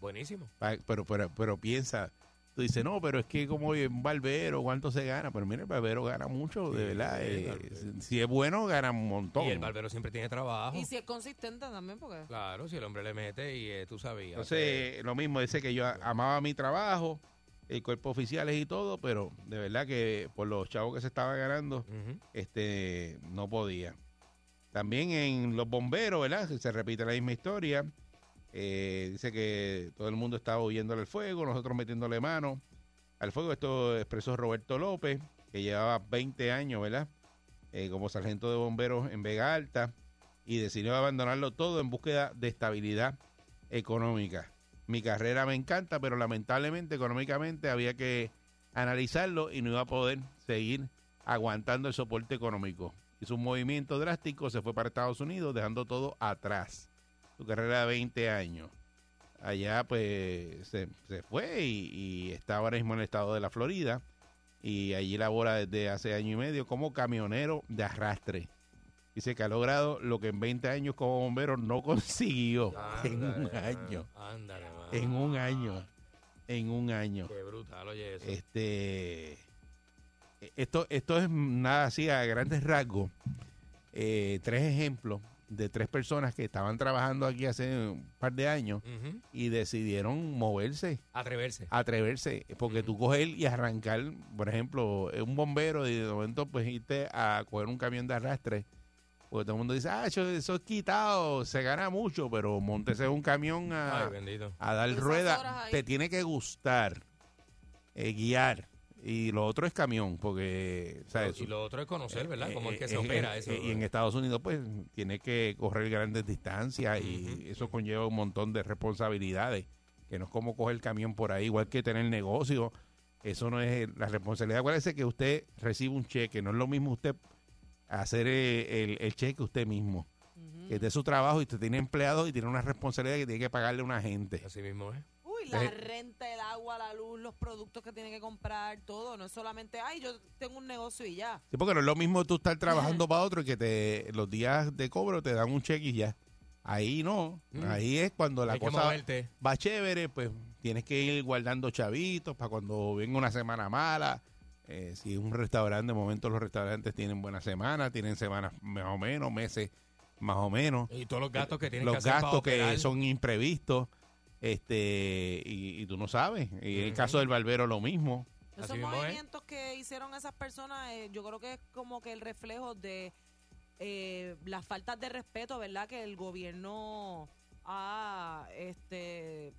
Buenísimo. Pa- Pero, pero, pero piensa, tú dices, no, pero es que como un barbero, ¿cuánto se gana? Pero mira, el barbero gana mucho, de verdad. sí, eh, barbero. si es bueno, gana un montón. Y el barbero siempre tiene trabajo. Y si es consistente también, porque... Claro, si el hombre le mete y eh, tú sabías. Entonces, lo mismo, dice que yo a- amaba mi trabajo, el cuerpo oficiales y todo, pero de verdad que por los chavos que se estaba ganando, Ujú. este no podía. También en los bomberos, ¿verdad? Se- Se repite la misma historia. Eh, dice que todo el mundo estaba huyéndole al fuego, nosotros metiéndole mano al fuego. Esto expresó Roberto López, que llevaba 20 años, ¿verdad? Eh, como sargento de bomberos en Vega Alta y decidió abandonarlo todo en búsqueda de estabilidad económica. Mi carrera me encanta, pero lamentablemente económicamente había que analizarlo y no iba a poder seguir aguantando el soporte económico. Hizo un movimiento drástico, se fue para Estados Unidos dejando todo atrás. Su carrera de 20 años. Allá pues se, se fue y, y está ahora mismo en el estado de la Florida y allí labora desde hace año y medio como camionero de arrastre. Dice que ha logrado lo que en 20 años como bombero no consiguió Ándale, en un mano, año. Eh, Ándale, mano. En un año. En un año. Qué brutal, oye, eso. Este, esto, esto es nada así a grandes rasgos. Eh, tres ejemplos de tres personas que estaban trabajando aquí hace un par de años Ujú. y decidieron moverse, Atreverse. Ah, atreverse, porque tú coger y arrancar, por ejemplo, eh, un bombero y de momento pues irte a coger un camión de arrastre, porque todo el mundo dice, ah, eso, eso es quitado, se gana mucho, pero montese un camión a, Ay, bendito. a dar Esas horas rueda, ahí. te tiene que gustar eh, guiar. Y lo otro es camión, porque. ¿sabes? y lo otro es conocer, ¿verdad? Cómo es que se Eh, opera eh, eso. eh, y en Estados Unidos, pues, tiene que correr grandes distancias y eso conlleva un montón de responsabilidades. Que no es como coger camión por ahí, igual que tener negocio. Eso no es la responsabilidad. Acuérdese que usted recibe un cheque, no es lo mismo usted hacer eh, el, el cheque usted mismo. Que es de su trabajo y usted tiene empleados y tiene una responsabilidad que tiene que pagarle a una gente. Así mismo es. Uy, la Eh. renta, el agua, la luz, los productos que tiene que comprar, todo. No es solamente, ay, yo tengo un negocio y ya. Sí, porque no es lo mismo tú estar trabajando para otro y que te los días de cobro te dan un cheque y ya. Ahí no. Mm. Ahí es cuando la Hay que cosa moverte. va chévere, pues tienes que ir guardando chavitos para cuando venga una semana mala. Eh, si es un restaurante, de momento los restaurantes tienen buenas semanas, tienen semanas más o menos, meses más o menos Y todos los gastos que tienen que los hacer para gastos que operar. son imprevistos este y, y tú no sabes y en el caso del barbero lo mismo Esos Así mismo es. Eh. movimientos que hicieron esas personas, eh, yo creo que es como que el reflejo de eh, las faltas de respeto, ¿verdad? Que el gobierno ha este,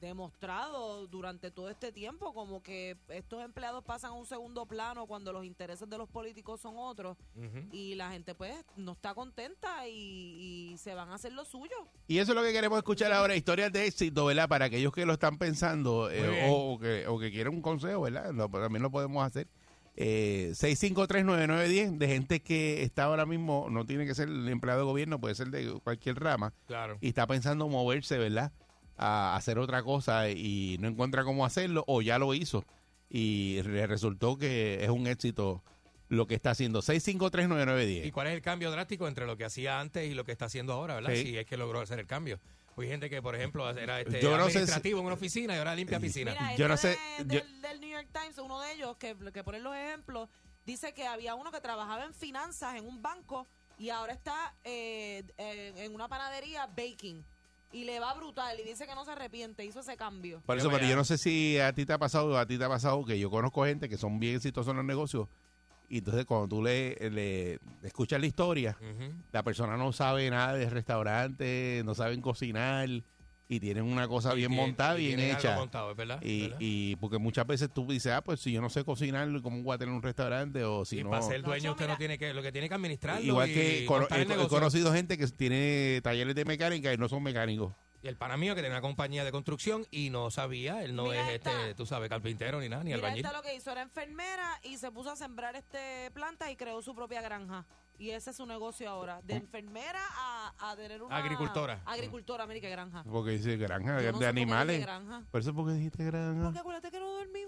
demostrado durante todo este tiempo, como que estos empleados pasan a un segundo plano cuando los intereses de los políticos son otros Ujú. y la gente pues no está contenta y, y se van a hacer lo suyo. y eso es lo que queremos escuchar ahora historias de éxito verdad para aquellos que lo están pensando eh, Muy bien. o, o que, o que quieren un consejo verdad Lo- también lo podemos hacer Eh, 6539910 de gente que está ahora mismo, no tiene que ser el empleado de gobierno, puede ser de cualquier rama, Claro. y está pensando moverse, ¿verdad? A hacer otra cosa y no encuentra cómo hacerlo o ya lo hizo y le resultó que es un éxito lo que está haciendo. ¿Y 6539910. cuál es el cambio drástico entre lo que hacía antes y lo que está haciendo ahora, verdad? Sí. Si es que logró hacer el cambio. Porque hay gente que, por ejemplo, era este, Yo no sé si- Eh, administrativo en una oficina y ahora limpia piscina. Mira, este Yo no sé, de- yo- del, del New York Times, uno de ellos, que, que pone los ejemplos, dice que había uno que trabajaba en finanzas en un banco y ahora está eh, en, en una panadería baking. Y le va brutal y dice que no se arrepiente, hizo ese cambio. Por eso, Mira, pero yo mira. no sé si a ti te ha pasado, a ti te ha pasado que yo conozco gente que son bien exitosos en los negocios y entonces cuando tú le, le escuchas la historia, Ujú. la persona no sabe nada de restaurante, no saben cocinar y tienen una cosa bien Y tiene- montada, y bien tiene algo hecha. montado, es ¿verdad? Y, ¿verdad? y porque muchas veces tú dices, ah, pues si yo no sé cocinar, ¿cómo voy a tener un restaurante? O si Y no... para ser dueño Nacho, usted no mira. tiene que, lo que tiene que administrarlo Igual y que cono- montar he, el he negocio. conocido gente que tiene talleres de mecánica y no son mecánicos. Y el pana mío que tiene una compañía de construcción y no sabía, él no Mira es este, esta. tú sabes, carpintero ni nada, ni Mira, albañil. esta lo que hizo era enfermera y se puso a sembrar este plantas y creó su propia granja. Y ese es su negocio ahora. Oh. De enfermera a, a tener una... Agricultora. Agricultora, mire qué granja. Porque dice Yo no granja sé de cómo animales. dice granja. Por eso porque dijiste granja. Porque acuérdate que no dormí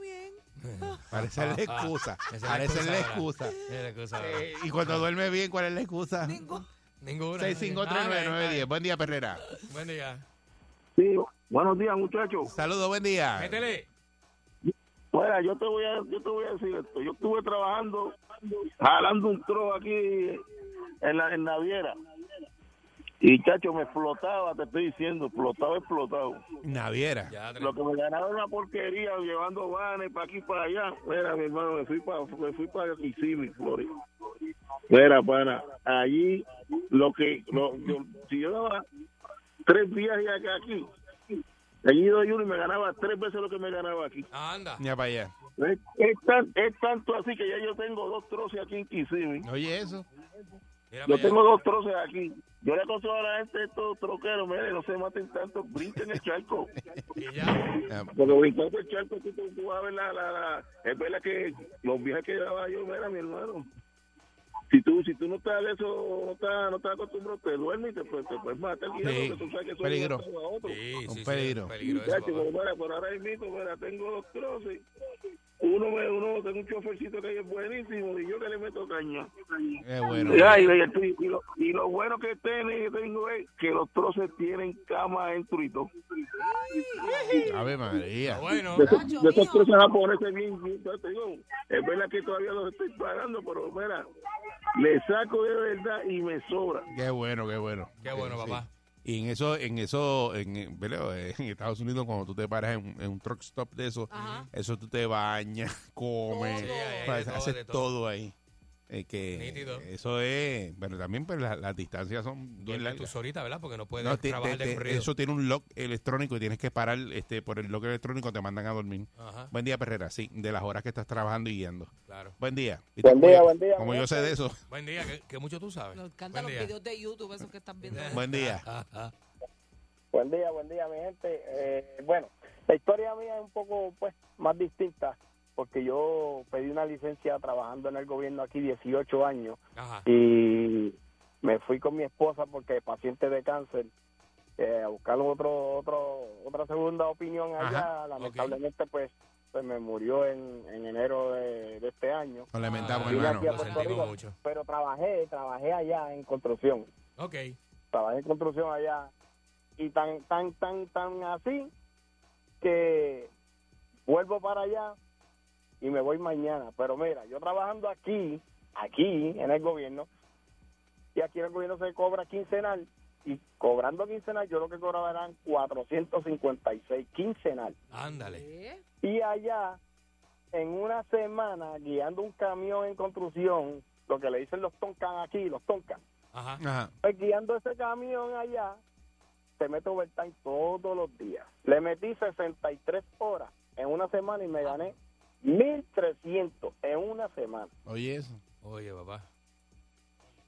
bien. Parece la excusa. Esa es la Parece la excusa, excusa. Mira la cosa, ¿verdad? Eh, y cuando duerme bien, ¿cuál es la excusa? Ningún- Ninguna. 6539910. Buen día, Perrera. Buen día. Sí, buenos días, muchachos. Saludos, buen día. Métele. Bueno, yo te voy a, yo te voy a decir esto. Yo estuve trabajando, jalando un tro aquí en la en Naviera. Y chacho, me explotaba, te estoy diciendo, explotaba, explotado. Naviera. Ya, tres. Lo que me ganaba era una porquería llevando vanes para aquí y para allá. Mira, mi hermano, me fui para me fui para Kissimmee, Florida. Mira, pana, allí lo que lo- yo- si yo daba tres viajes acá aquí, allí doy uno y me ganaba tres veces lo que me ganaba aquí. Anda. Ya para allá. Es, es tan- es tanto así que ya yo tengo dos troces aquí en Kissimmee. Oye, eso. Mira Yo para tengo dos troces aquí. Yo le aconsejo a la gente, estos troqueros, mire, no se maten tanto, brinquen el charco. allá. Y ya. Ya. Porque brincando "Pues, el charco, tú, tú, tú vas a ver la, la, la- Es verdad que los viajes que daba yo, mira, mi hermano. Si tú, si tú no estás de eso, no estás, no estás acostumbrado, te duermes y te, puedes- te puedes matar. guiando, Sí, que tú sabes que eso peligro. es de un lado a otro. Sí, sí, Un sí, peligro. un peligro eso, Chacho, papá. pero mira, por ahora mismo, mira, tengo dos troces. Uno, me, uno, tengo un chofercito que ahí es buenísimo y yo que le meto caña. Qué bueno. Ya, y, lo- y lo, y lo bueno que tiene, yo tengo es que los troces tienen cama adentro y todo. Ave María. Bueno, De esos, Nacho, de esos mío. troces japoneses bien, bien, te digo, es verdad que todavía los estoy pagando, pero mira, le saco de verdad y me sobra. Qué bueno, qué bueno. Qué bueno, Sí. papá. Y en eso, en eso, en, en- ¿verdad? en Estados Unidos, cuando tú te paras en, en un truck stop de eso, Ajá. eso tú te bañas, comes, Sí, hay ahí de haces todo, haces de todo. todo. ahí. Eh, que Nítido. eso es, pero también pues, la- las distancias son bien duerme tú largas. solita, ¿verdad? Porque no puedes No, te- trabajar te- de te- corrido. eso tiene un lock electrónico y tienes que parar este por el lock electrónico, te mandan a dormir. Ajá, Buen día, Perrera, sí, de las horas que estás trabajando y guiando. claro. Buen día. Buen día, Como yo- buen día, Como buen yo sé de eso. Buen día, que, que mucho tú sabes. Nos encantan los Buen día. videos de YouTube, esos que están viendo. Buen día. Ajá. Buen día, buen día, mi gente. Eh, bueno, la historia mía es un poco pues más distinta, porque yo pedí una licencia trabajando en el gobierno aquí 18 años Ajá. y me fui con mi esposa porque es paciente de cáncer eh, a buscar otro, otro, otra segunda opinión allá. Ajá, Lamentablemente, pues, pues me murió en, en enero de, de este año. Lo lamentamos, Ah, hermano. Lo sentimos mucho. Pero trabajé, trabajé allá en construcción Ok. trabajé en construcción allá y tan tan tan tan así que vuelvo para allá y me voy mañana pero mira yo trabajando aquí aquí en el gobierno y aquí en el gobierno se cobra quincenal y cobrando quincenal yo lo que cobraba eran 456 quincenal Ándale. ¿Qué? y allá en una semana guiando un camión en construcción lo que le dicen los toncan aquí los toncan Ajá. Ajá. pues guiando ese camión allá, se mete overtime todos los días. Le metí 63 horas en una semana y me gané 1.300 en una semana. Oye eso. Oye, papá.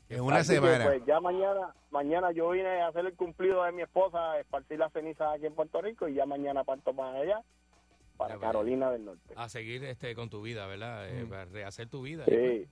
En una Así que, semana. pues ya mañana, mañana yo vine a hacer el cumplido de mi esposa, a esparcir las cenizas aquí en Puerto Rico y ya mañana parto para allá, Ya, para pues, vale. Carolina del Norte. A seguir este, con tu vida, ¿verdad? Mm. Eh, para rehacer tu vida. Sí. Eh,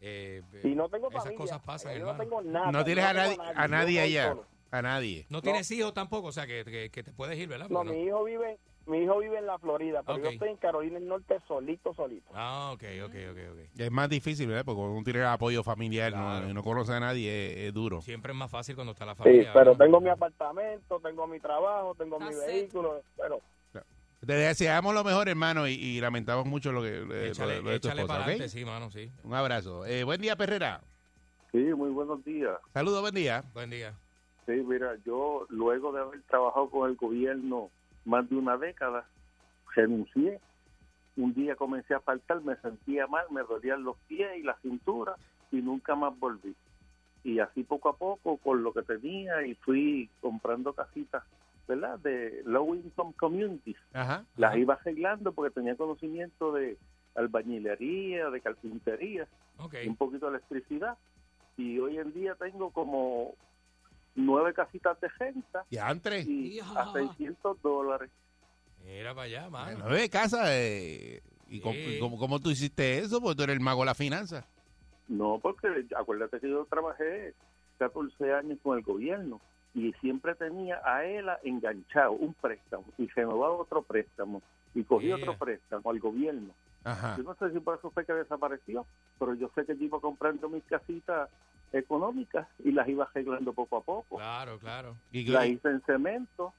eh, Y no tengo esas familia. cosas pasan, Yo hermano. No tengo nada. No tienes a tengo nadie, a yo nadie soy allá. solo. A nadie. No tienes hijos tampoco, o sea, que, que- que te puedes ir, ¿verdad? No, Porque mi hijo vive, mi hijo vive en la Florida, pero Ok. yo estoy en Carolina del Norte solito, solito. Ah, ok, ok, ok, ok. Es más difícil, ¿verdad? Porque cuando uno tiene apoyo familiar, no- Claro. no, conoce a nadie, es, es duro. Siempre es más fácil cuando está la Sí, familia. pero ¿verdad? tengo mi apartamento, tengo mi trabajo, tengo mi Está cerca. vehículo, pero Te deseamos lo mejor, hermano, y, y lamentamos mucho lo que eh, lo de- Échale, lo de tu échale esposa, para ¿ok? adelante, sí, mano, sí. Un abrazo. Eh, buen día, Perrera. Sí, muy buenos días. Saludos, buen día. Buen día. Sí, mira, yo luego de haber trabajado con el gobierno más de una década, renuncié. Un día comencé a faltar, me sentía mal, me dolían los pies y la cintura y nunca más volví. Y así poco a poco, con lo que tenía y fui comprando casitas, ¿verdad? De low income communities. Ajá. Las iba arreglando porque tenía conocimiento de albañilería, de carpintería Ok. un poquito de electricidad y hoy en día tengo como nueve casitas de renta Y antes. y a 600 dólares. Mira para allá, mano. No de casa. eh, ¿Y cómo, Sí. cómo- cómo tú hiciste eso? Porque tú eres el mago de la finanza. No, porque acuérdate que yo trabajé 14 años con el gobierno y siempre tenía a él enganchado un préstamo y renovaba otro préstamo y cogí Yeah. otro préstamo al gobierno. Ajá. Yo no sé si por eso fue que desapareció, pero yo sé que yo iba comprando mis casitas económicas y las iba arreglando poco a poco. Claro, claro. Y, la hice en cemento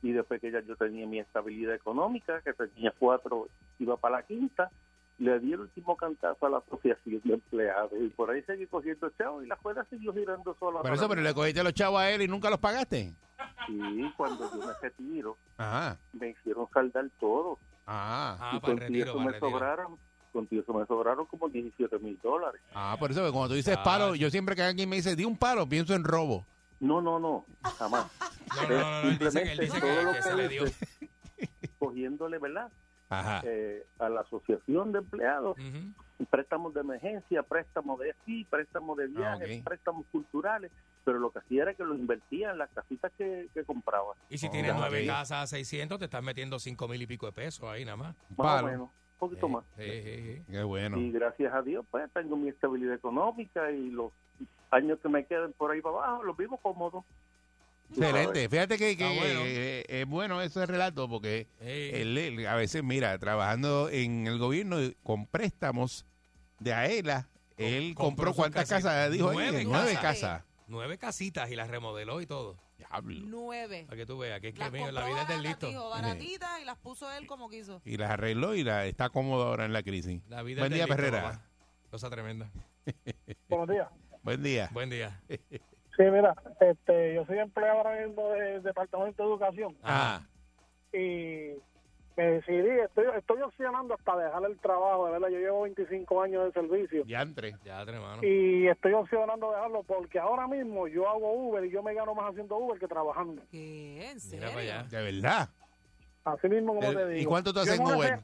y después que ya yo tenía mi estabilidad económica, que tenía cuatro, iba para la quinta, le di el último cantazo a la asociación de empleados y por ahí seguí cogiendo chavo y la escuela siguió girando sola. por eso, para pero mí. le cogiste los chavos a él y nunca los pagaste. Ah, Y cuando yo me retiro, Ajá. me hicieron saldar todo Ah, Ah, y para el contigo retiro, eso para el me retiro. sobraron, contigo eso me sobraron como 17 mil dólares. ah, por eso, porque cuando tú dices Chacho. palo, yo siempre que alguien me dice, di un palo, pienso en robo. No, no, no, jamás. No, no, no, no, él dice que, él Simplemente dice todo que, lo que se le dio. cogiéndole, ¿verdad? Ajá. Eh, a la asociación de empleados Ujú. préstamos de emergencia, préstamos de aquí, préstamos de Ah, viajes, ok. préstamos culturales, pero lo que hacía era que lo invertía en las casitas que, que compraba. Y si Oh, tienes nueve ok. casas a 600, te estás metiendo cinco mil y pico de pesos ahí nada más. Más Palo. o menos, un poquito Eh, más. eh, eh, eh. Qué bueno. Y gracias a Dios, pues tengo mi estabilidad económica y los años que me quedan por ahí para abajo los vivo cómodos. Excelente. Fíjate que, que, Ah, bueno. eh, eh, es bueno ese relato porque Eh, él, él, a veces, mira, trabajando en el gobierno y con préstamos de AELA, él compró, compró sus cuántas casitas. casas, dijo, él, Nueve nueve, nueve casas. casas. Nueve casitas y las remodeló y todo. Diablo. Nueve. Para que tú veas que es que Las mira, compró la vida es del baratas, listo. mijo, baratitas, y las puso él como quiso. Y las arregló y la, está cómodo ahora en la crisis. La vida Buen es día, del listo, Perrera. papá. Cosa tremenda. Buenos días. Buen día. Buen día. Sí, mira, este, yo soy empleado ahora mismo del Departamento de Educación Ah, y me decidí, estoy, estoy opcionando hasta dejar el trabajo, de verdad, yo llevo 25 años de servicio. ya entré. Ya, hermano. y estoy opcionando dejarlo porque ahora mismo yo hago Uber y yo me gano más haciendo Uber que trabajando. ¿Qué? ¿En Mira para serio? allá. De verdad. Así mismo como te Pero, digo. ¿Y cuánto tú haces en Yo en una Uber?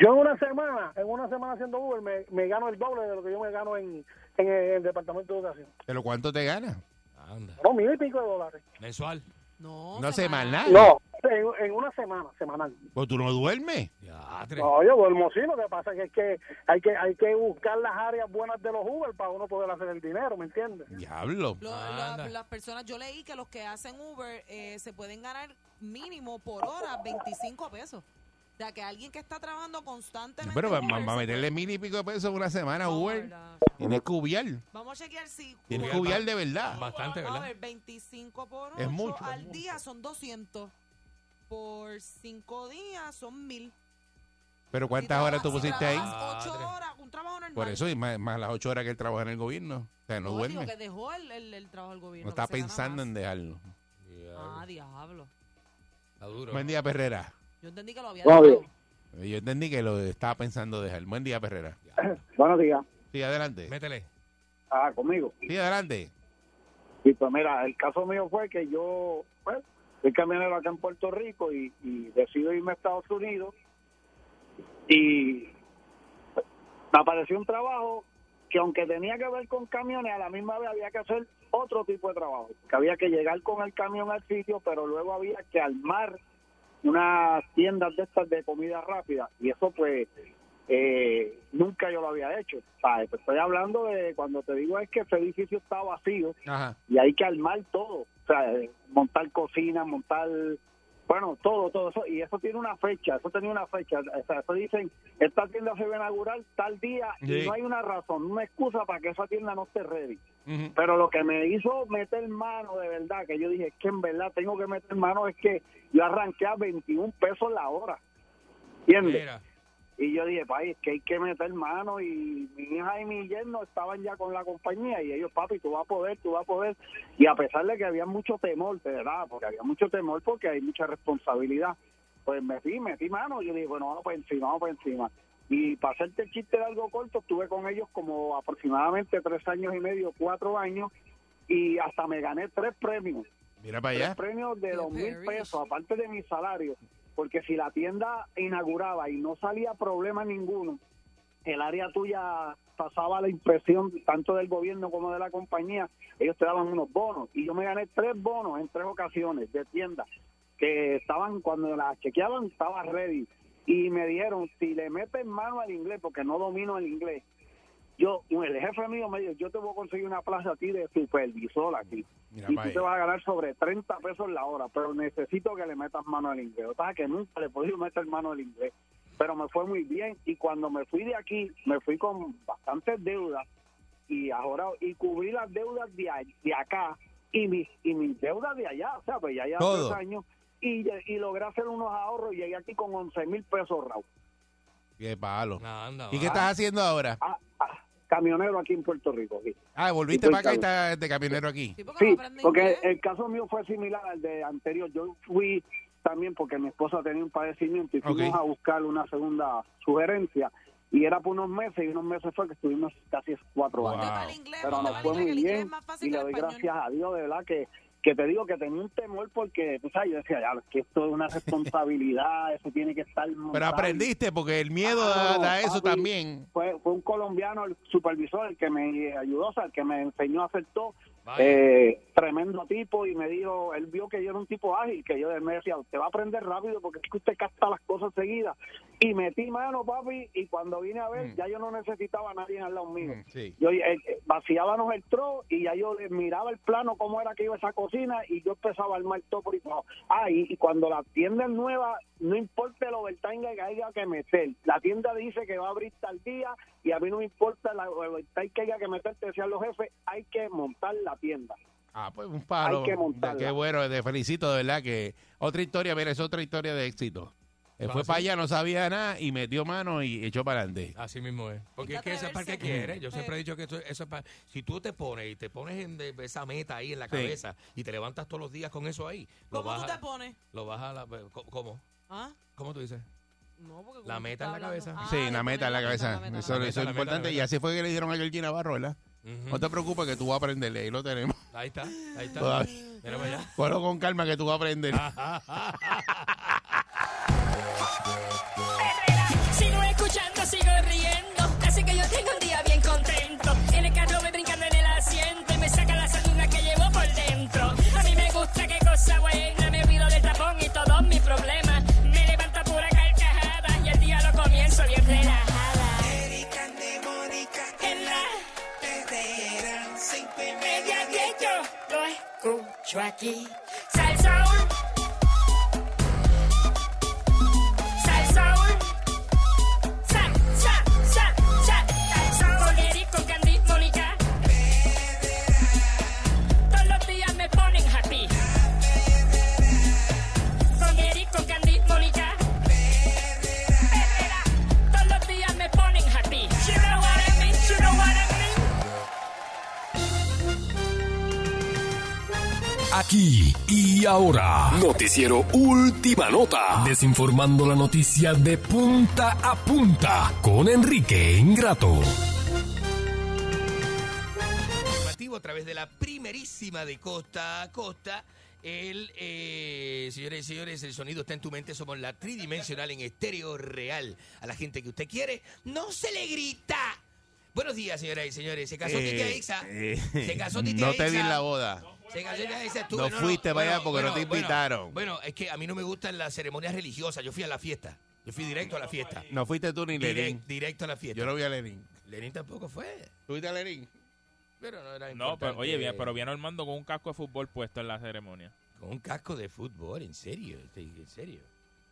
Yo en una semana, en una semana haciendo Uber me, me gano el doble de lo que yo me gano en, en el departamento de educación. ¿Pero cuánto te ganas? Anda. No, mil y pico de dólares. Mensual. No, No sé mal semanal. nada. No, en, en una semana, semanal. Pues tú no duermes. Ya, tres. No, yo duermo sí, lo que pasa es que hay que hay que buscar las áreas buenas de los Uber para uno poder hacer el dinero, ¿me entiendes? Diablo. Lo- Anda. la- las personas, yo leí que los que hacen Uber eh, se pueden ganar mínimo por hora 25 pesos. O sea, que alguien que está trabajando constantemente. Pero en vamos Uber a se meterle mil y pico de pesos una semana a puede- Uber. Hola. Tienes que ubiar. Vamos a chequear si. Tienes que Ubiar ubiar ba- de verdad. Bastante, Vamos a ¿verdad? ver, 25 por 8 Es mucho, es al mucho. día son 200. Por 5 días son 1000. Pero ¿cuántas horas tú pusiste ahí? 8 Madre. horas, un trabajo normal. Por eso, y más, más las ocho horas que él trabaja en el gobierno. O sea, No, no digo duerme. que dejó el, el- el trabajo del gobierno. No está que se gana pensando en más. dejarlo. Diablo. Ah, diablo. Está duro. Buen día, Perrera. Yo entendí que lo había Vamos a dejado. ver. Eh, Yo entendí que lo estaba pensando dejar. Buen día, Perrera. Buenos días. Sí, adelante. Métele. Ah, conmigo. Sí, adelante. Y pues mira, el caso mío fue que yo, pues, soy camionero acá en Puerto Rico y, y decido irme a Estados Unidos y me apareció un trabajo que aunque tenía que ver con camiones, a la misma vez había que hacer otro tipo de trabajo, que había que llegar con el camión al sitio, pero luego había que armar unas tiendas de estas de comida rápida y eso pues eh, nunca yo lo había hecho. ¿sabes? Pues estoy hablando de cuando te digo es que ese edificio está vacío Ajá. y hay que armar todo, o sea, eh, montar cocina, montar, bueno, todo, todo eso, y eso tiene una fecha, eso tenía una fecha, o sea, eso dicen, esta tienda se va a inaugurar tal día Sí. y no hay una razón, una excusa para que esa tienda no esté ready. Pero lo que me hizo meter mano de verdad, que yo dije, es que en verdad tengo que meter mano, es que yo arranqué a 21 pesos la hora. ¿Entiendes? Y yo dije, país, que hay que meter mano. Y mi hija y mi yerno estaban ya con la compañía. Y ellos, papi, tú vas a poder, tú vas a poder. Y a pesar de que había mucho temor, de verdad, porque había mucho temor porque hay mucha responsabilidad. Pues metí, metí mano. Yo dije, bueno, vamos por encima, vamos por encima. Y para hacerte el chiste de algo corto, estuve con ellos como aproximadamente tres años y medio, cuatro años. Y hasta me gané tres premios Mira para allá. premios de dos mil pesos, aparte de mi salario, porque si la tienda inauguraba y no salía problema ninguno, el área tuya pasaba la impresión tanto del gobierno como de la compañía, ellos te daban unos bonos y yo me gané tres bonos en tres ocasiones de tienda que estaban cuando la chequeaban estaba ready y me dijeron si le meten mano al inglés porque no domino el inglés yo el jefe mío me dijo yo te voy a conseguir una plaza a ti de supervisor aquí Mira y pa' tú ahí. te vas a ganar sobre 30 pesos la hora, pero necesito que le metas mano al inglés. O sea, que nunca le he podido meter mano al inglés. Pero me fue muy bien y cuando me fui de aquí, me fui con bastantes deudas y ahora y cubrí las deudas de, a- de acá y mis y mis deudas de allá, o sea, pues ya ya Todo. tres años y, y logré hacer unos ahorros y llegué aquí con 11 mil pesos, Raúl. Qué palo. ¿Y va. qué estás haciendo ahora? Camionero aquí en Puerto Rico. aquí. Ah, volviste Ah, Estoy para acá y cabrón. estás de camionero aquí. pues, Sí, porque el caso mío fue similar al de anterior. Yo fui también porque mi esposa tenía un padecimiento y fuimos Ok. a buscar una segunda sugerencia. Y era por unos meses y unos meses fue que estuvimos casi cuatro años. Pero nos fue muy bien y le doy gracias a Dios, de verdad, que, que te digo que tenía un temor porque, tú sabes, yo decía, ya, que esto es una responsabilidad, eso tiene que estar... Pero montado". aprendiste porque el miedo Ah, da, no, da eso papi, también. Fue, fue un colombiano, el supervisor, el que me ayudó, o sea, el que me enseñó a hacer todo. Vaya. Eh, tremendo tipo y me dijo, él vio que yo era un tipo ágil, que yo me decía, usted va a aprender rápido porque es que usted capta las cosas seguidas. Y metí mano, papi, y cuando vine a ver, ya yo no necesitaba a nadie al lado mío. Mm. Sí. Yo eh, eh, vaciábamos el tro y ya yo le miraba el plano cómo era que iba esa cocina y yo empezaba a armar todo por ahí. para abajo. Ah, y, y cuando la tienda es nueva, no importa el overtime que haya que meter. La tienda dice que va a abrir tal día y a mí no me importa el overtime que haya que meter, te decían los jefes, hay que montar la tienda. Ah, pues un palo. Hay que montarla. Qué bueno, te felicito, de verdad que otra historia, mira, es otra historia de éxito. Eh, fue Fácil. para allá, no sabía nada y metió mano y echó para adelante. Así mismo es. Porque es que eso es para el que quiere. Yo Eh. siempre he dicho que eso, eso es para... Si tú te pones y te pones en de- esa meta ahí en la Sí. cabeza y te levantas todos los días con eso ahí... Lo ¿Cómo vas tú a- te pones? Lo vas a la... co- ¿Cómo? ¿Ah? ¿Cómo tú dices? No, porque La como meta tú en la estás hablando- cabeza. Ah, sí, le la meta, pones la cabeza. la meta, la eso eso meta. es la meta, importante la y meta. así fue que le dieron a Georgina Navarro, ¿verdad? No te preocupes que tú vas a aprenderle, ahí lo tenemos. Ahí está, ahí está. Ah, Todavía. Mira para allá. Colo con calma que tú vas a aprender. Sigo escuchando, sigo riendo. Así que yo tengo un día bien contento. En el carro me brincando en el asiento y me saca la saluna que llevo por dentro. A mí me gusta qué cosa buena. Me olvido del tapón y todos mis problemas. Me levanta pura carcajada y el día lo comienzo bien relajada. Erika de Mónica en la perrera, cinco y media media que diez. yo lo escucho aquí. Salsaul. Salsaul. Sal, sal, sal, sal. Salsaul. Con Eric, con Candy, Mónica. Todos los días me ponen happy. Con Eric, con Candy, Mónica. Perrera. Todos los días me ponen happy. You know what I mean, you know what I mean. Aquí y ahora, noticiero Última Nota, desinformando la noticia de punta a punta con Enrique Ingrato. informativo a través de la primerísima de Costa a Costa. El, eh, señores y señores, el sonido está en tu mente. Somos la tridimensional en estéreo real. A la gente que usted quiere, no se le grita. Buenos días, señoras y señores. Se casó Eh, Titi Aixa. eh, se casó Titi No te vi Aixa. en la boda. Se cayó ya dices tú. No fuiste para allá porque no te bueno, invitaron. Bueno, es que a mí no me gustan las ceremonias religiosas. Yo fui a la fiesta. Yo fui directo a la fiesta. No fuiste tú ni Direct- Lerín. directo a la fiesta. Yo no vi a Lerín. Lenín tampoco fue. ¿Tuviste a Lerín? Pero no era No, pero importante. oye, bien, pero viene Armando con un casco de fútbol puesto en la ceremonia. Con un casco de fútbol, en serio, te- en serio.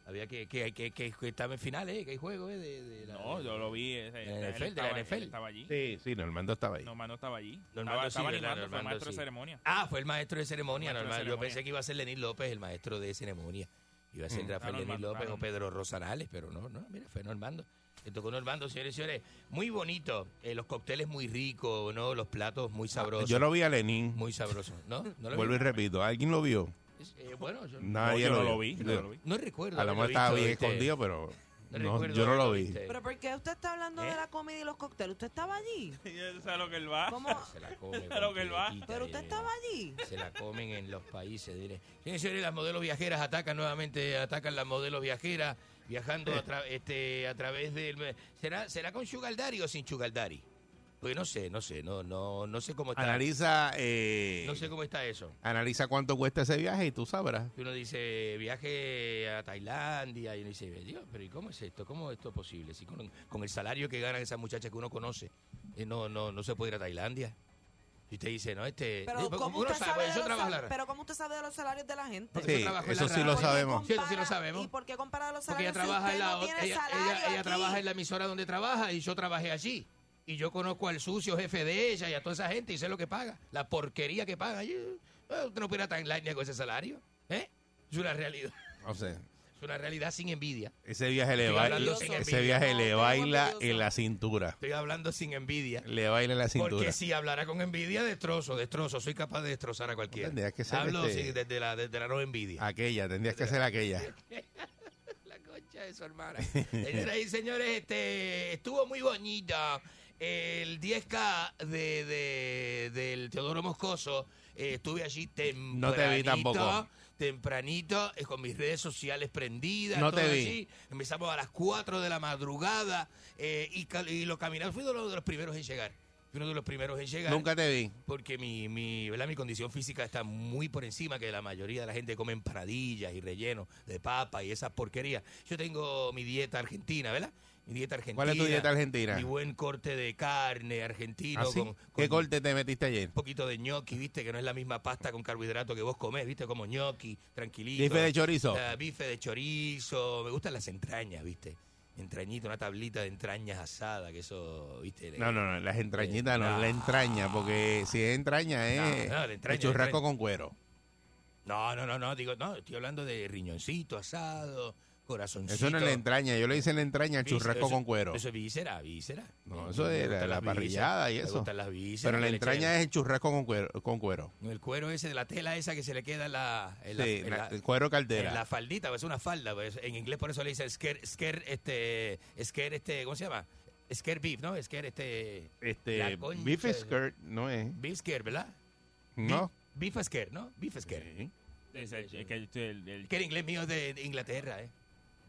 Había que, que, que, que, que estaba en final, ¿eh? Que hay juego, ¿eh? De, de la, No, yo lo vi. ese- De él la NFL, de estaba- la él NFL. Estaba allí. Sí, sí, Normando estaba ahí. Normando estaba allí. Normando estaba, sí, estaba ¿verdad? animando, fue Normando maestro de sí. ceremonia. Ah, fue el maestro de ceremonia, Maestro de normal. ceremonia. Yo pensé que iba a ser Lenín López, el maestro de ceremonia. Iba a ser Mm. Rafael Ah, Lenín Normando, López ah, o Pedro Rosanales, pero no, no, mira, fue Normando. Le tocó Normando, señores y señores. Muy bonito. eh, los cócteles muy ricos, ¿no? Los platos muy sabrosos. Ah, Yo no vi a Lerín. Muy sabroso, ¿no? ¿No lo Vuelvo y vi? repito, ¿alguien lo vio? Eh, bueno, yo Nadie yo no lo, lo vi, vio. yo no lo vi. No recuerdo A lo haberlo mejor estaba visto, bien ¿viste? escondido, pero No no, recuerdo yo no lo haberlo vi. visto. Pero ¿por qué usted está hablando ¿Eh? de la comida y los cócteles? ¿Usted estaba allí? Yo sé lo que él va. ¿Cómo? Se la come A lo que él va. completita, Pero usted eh. estaba allí. Se la comen en los países, diré. Señores, y señores, las modelos viajeras atacan nuevamente, atacan las modelos viajeras viajando a, tra- este, a través del... ¿Será, ¿Será con Sugar Daddy o sin Sugar Daddy? Porque no sé, no sé, no, no, no sé cómo está. Analiza, eh, No sé cómo está eso. analiza cuánto cuesta ese viaje y tú sabrás. Que Uno dice viaje a Tailandia y uno dice, Dios, pero ¿y cómo es esto? ¿Cómo esto es posible? Si con, con el salario que ganan esas muchachas que uno conoce, eh, no, no, no se puede ir a Tailandia. Y usted dice, no, este... Pero eh, porque ¿cómo uno usted sabe, de yo los trabajo la- sal- pero ¿cómo usted sabe de los salarios de la gente? Porque yo Sí, trabajo en eso la sí radio. lo sabemos. Sí, eso sí lo Compara- sabemos. ¿Y por qué compara los Porque ella salarios trabaja si en usted la no ot- tiene ella, salario ella- ella aquí? trabaja en la emisora donde trabaja y yo trabajé allí. Y yo conozco al sucio jefe de ella y a toda esa gente y sé lo que paga, la porquería que paga. Y, eh, Usted no pudiera tan línea con ese salario. ¿eh? Es una realidad. O sea, Es una realidad sin envidia. ese viaje le, Estoy baila, hablando sin ese envidia. viaje No, le estoy baila orgullosa. en la cintura. Estoy hablando sin envidia. Le baila en la cintura. Porque si hablara con envidia, destrozo, destrozo. Soy capaz de destrozar a cualquiera. Tendrías que ser, Hablo este- sí, desde, la, desde la no envidia. Aquella, tendrías que hacer aquella. La concha de su hermana. Señoras y señores, este, estuvo muy bonita. El 10K de, de- del Teodoro Moscoso, eh, estuve allí tempranito. No te vi tampoco. Tempranito, eh, con mis redes sociales prendidas. No te todo vi. allí. Empezamos a las 4 de la madrugada eh, y, cal- y lo caminamos. Fui uno de los primeros en llegar. Fui uno de los primeros en llegar Nunca te vi. porque mi, mi, ¿verdad? mi condición física está muy por encima que la mayoría de la gente comen paradillas y relleno de papa y esas porquerías. Yo tengo mi dieta argentina, ¿verdad? Mi dieta argentina. ¿Cuál es tu dieta argentina? Mi buen corte de carne argentino ¿Ah, sí? con, ¿Qué con corte te metiste ayer? un poquito de ñoqui, ¿viste? Que no es la misma pasta con carbohidrato que vos comés, ¿viste? Como ñoqui, tranquilito. Bife de chorizo. Ah, bife de chorizo. Me gustan las entrañas, ¿viste? Entrañita, una tablita de entrañas asada, que eso, ¿viste? No, no, no, las entrañitas no, la entraña, porque si es entraña es Eh, No, no, la entraña, el churrasco la entraña. con cuero. No, no, no, no, digo, no, estoy hablando de riñoncito asado, corazoncito. Eso no es la entraña, yo le hice la entraña al Vis- churrasco eso- con cuero. Eso es víscera, víscera. No, Me- eso me es la- gustan la las vísceras, parrillada y eso. Me gustan las vísceras. Pero la que le entraña echan- es el churrasco con cuero. Con cuero. El cuero ese de la tela esa que se le queda en la... en la- Sí, en la- la- el cuero caldera. en la faldita, pues es una falda, pues en inglés por eso le dicen sker, sker, este, sker, este, ¿cómo se llama? Sker beef, ¿no? Sker, este, este, la concha beef de- skirt no es. beef sker, ¿verdad? No. Beef sker, ¿no? Beef sker. Sí. Ese- es que el- el- el- Que el inglés mío es de, de Inglaterra, ¿eh?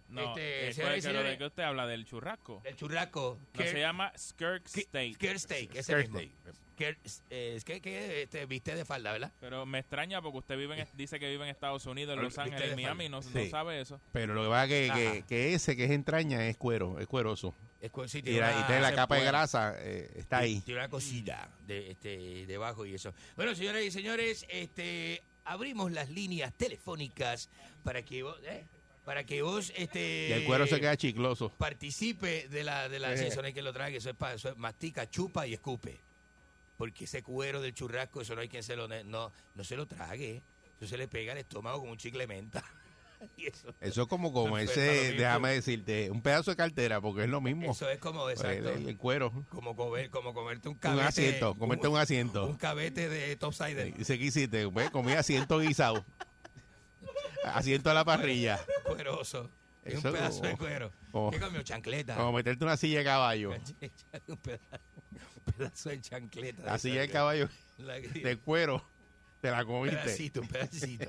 no, este, eh, señores pues, pero y señores. de que usted habla del churrasco. El churraco. No, sker- se llama skirk steak. Skirt steak, ese Skirt mismo. steak. Skirt, eh, es que, que, este, viste de falda, ¿verdad? Pero me extraña porque usted vive en, dice que vive en Estados Unidos, en Pero Los viste Ángeles, de en Miami, y no, no Sí. sabe eso. Pero lo que pasa es que, que, Ajá. que ese que es entraña es cuero, es cueroso. Es cu- sí, Y la, y tiene la Ah, se capa de puede. grasa eh, está Tiene- ahí. Tiene una cosita de, este, debajo y eso. Bueno, señoras y señores, este, abrimos las líneas telefónicas para que vos, ¿eh? para que vos, este, Y el cuero se queda chicloso. participe de la, de la, Eh. sí, eso no hay quien lo trague, eso es, pa- eso es mastica, chupa y escupe. Porque ese cuero del churrasco, eso no hay quien se lo, ne- no, no se lo trague. Eso se le pega al estómago con un chicle de menta. y eso. Eso es como Enferma lo comerse, mismo. déjame decirte, un pedazo de cartera, porque es lo mismo. Eso es como el, exacto. el- el cuero. como, comer, como comerte un un cabete. asiento, comerte un asiento. un cabete de Eh, topsider. Dice que hiciste, pues, comí asiento guisado. asiento a la parrilla. Cueroso. Y un Eso oh. pedazo de como- cuero. como- ¿Qué comió? Chancleta. Como meterte una silla de caballo. un, pedazo, un pedazo de chancleta. La silla de chancleta. caballo La- de cuero. Te la Un comiste. pedacito, un pedacito.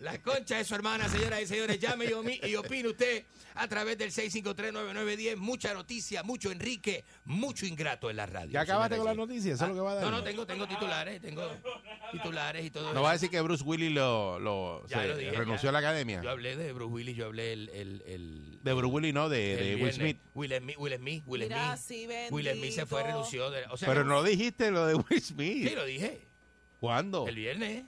La concha de su hermana, señoras y señores. Llame y, omi- y opine usted a través del 6539910. Mucha noticia, mucho Enrique, mucho ingrato en la radio. Ah, Ya acabaste con las Señoras y- noticias, eso es lo que va a dar. No, no, tengo, tengo titulares. Tengo, titulares y todo eso. No va a decir que Bruce Willis lo, lo- Ya se lo dije, renunció ya. a la academia. Yo hablé de Bruce Willis, yo hablé el... el, el De Bruce Willis, no, Eh, de, el de Will viernes. Smith. Will Smith, Will Smith, Will Mira, Smith. sí, Will Smith se fue, bendito. renunció. de- o sea, Pero que- no dijiste lo de Will Smith. Sí, lo dije. ¿Cuándo? El viernes.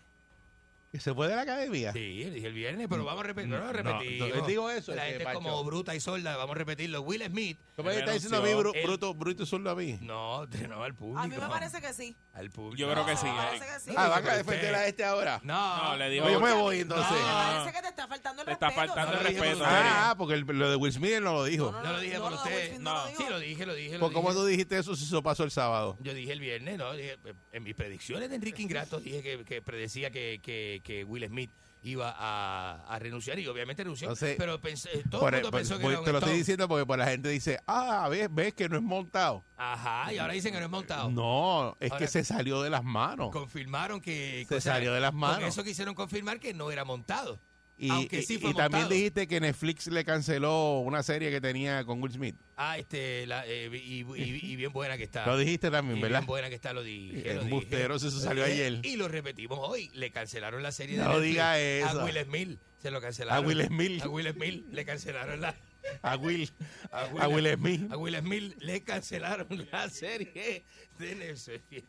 ¿Que se fue de la academia? Sí, dije el viernes, pero vamos a repetir. No, No, lo repetimos. entonces digo eso, La que gente es Pacho- como bruta y sorda, vamos a repetirlo. Will Smith. ¿Cómo me está diciendo a mí, bru- Él- bruto, bruto y solo a mí? No, no, al público. A mí me parece que sí. Al público. Yo creo que sí, No, Eric. Parece que sí. Ah, van a defender a este ahora. No, No, le dijo- No, yo me voy entonces. Parece que te está faltando el Te está respeto. faltando el ¿sabes? respeto. Ah, ah, porque el- lo de Will Smith él no lo dijo. no, lo dije no, por no, usted. Will Smith no lo No. dijo. Sí, lo dije, lo dije. lo ¿Por Pues, cómo dije. tú dijiste eso si eso pasó el sábado? Yo dije el viernes, ¿no? Dije, eh, en mis predicciones de Enrique Ingrato dije que, que predecía que, que- que Will Smith iba a, a renunciar y obviamente renunció. Entonces, pero pensé, eh, todo Por- e, el mundo por- pensó que por- era un te lo estoy stunt. diciendo porque por la gente dice, ah, ves, ves que no es montado. Ajá, y ahora dicen que no es montado. No, es Ahora- que se salió de las manos. Confirmaron que... Se o sea, salió de las con manos. eso quisieron confirmar que no era montado. Y, aunque sí y- fue y también montado. dijiste que Netflix le canceló una serie que tenía con Will Smith. Ah, este, la, eh, y, y- y bien buena que está. Lo dijiste Y también, bien ¿verdad? buena que está, lo dije. El lo embustero, dije. eso salió ayer. Y lo repetimos hoy. Le cancelaron la serie de No Netflix diga eso. A Will Smith se lo cancelaron. A Will Smith. A Will Smith le cancelaron la... A Will, a Will, Smith. A Will Smith le cancelaron la serie de Netflix. Eso es bien-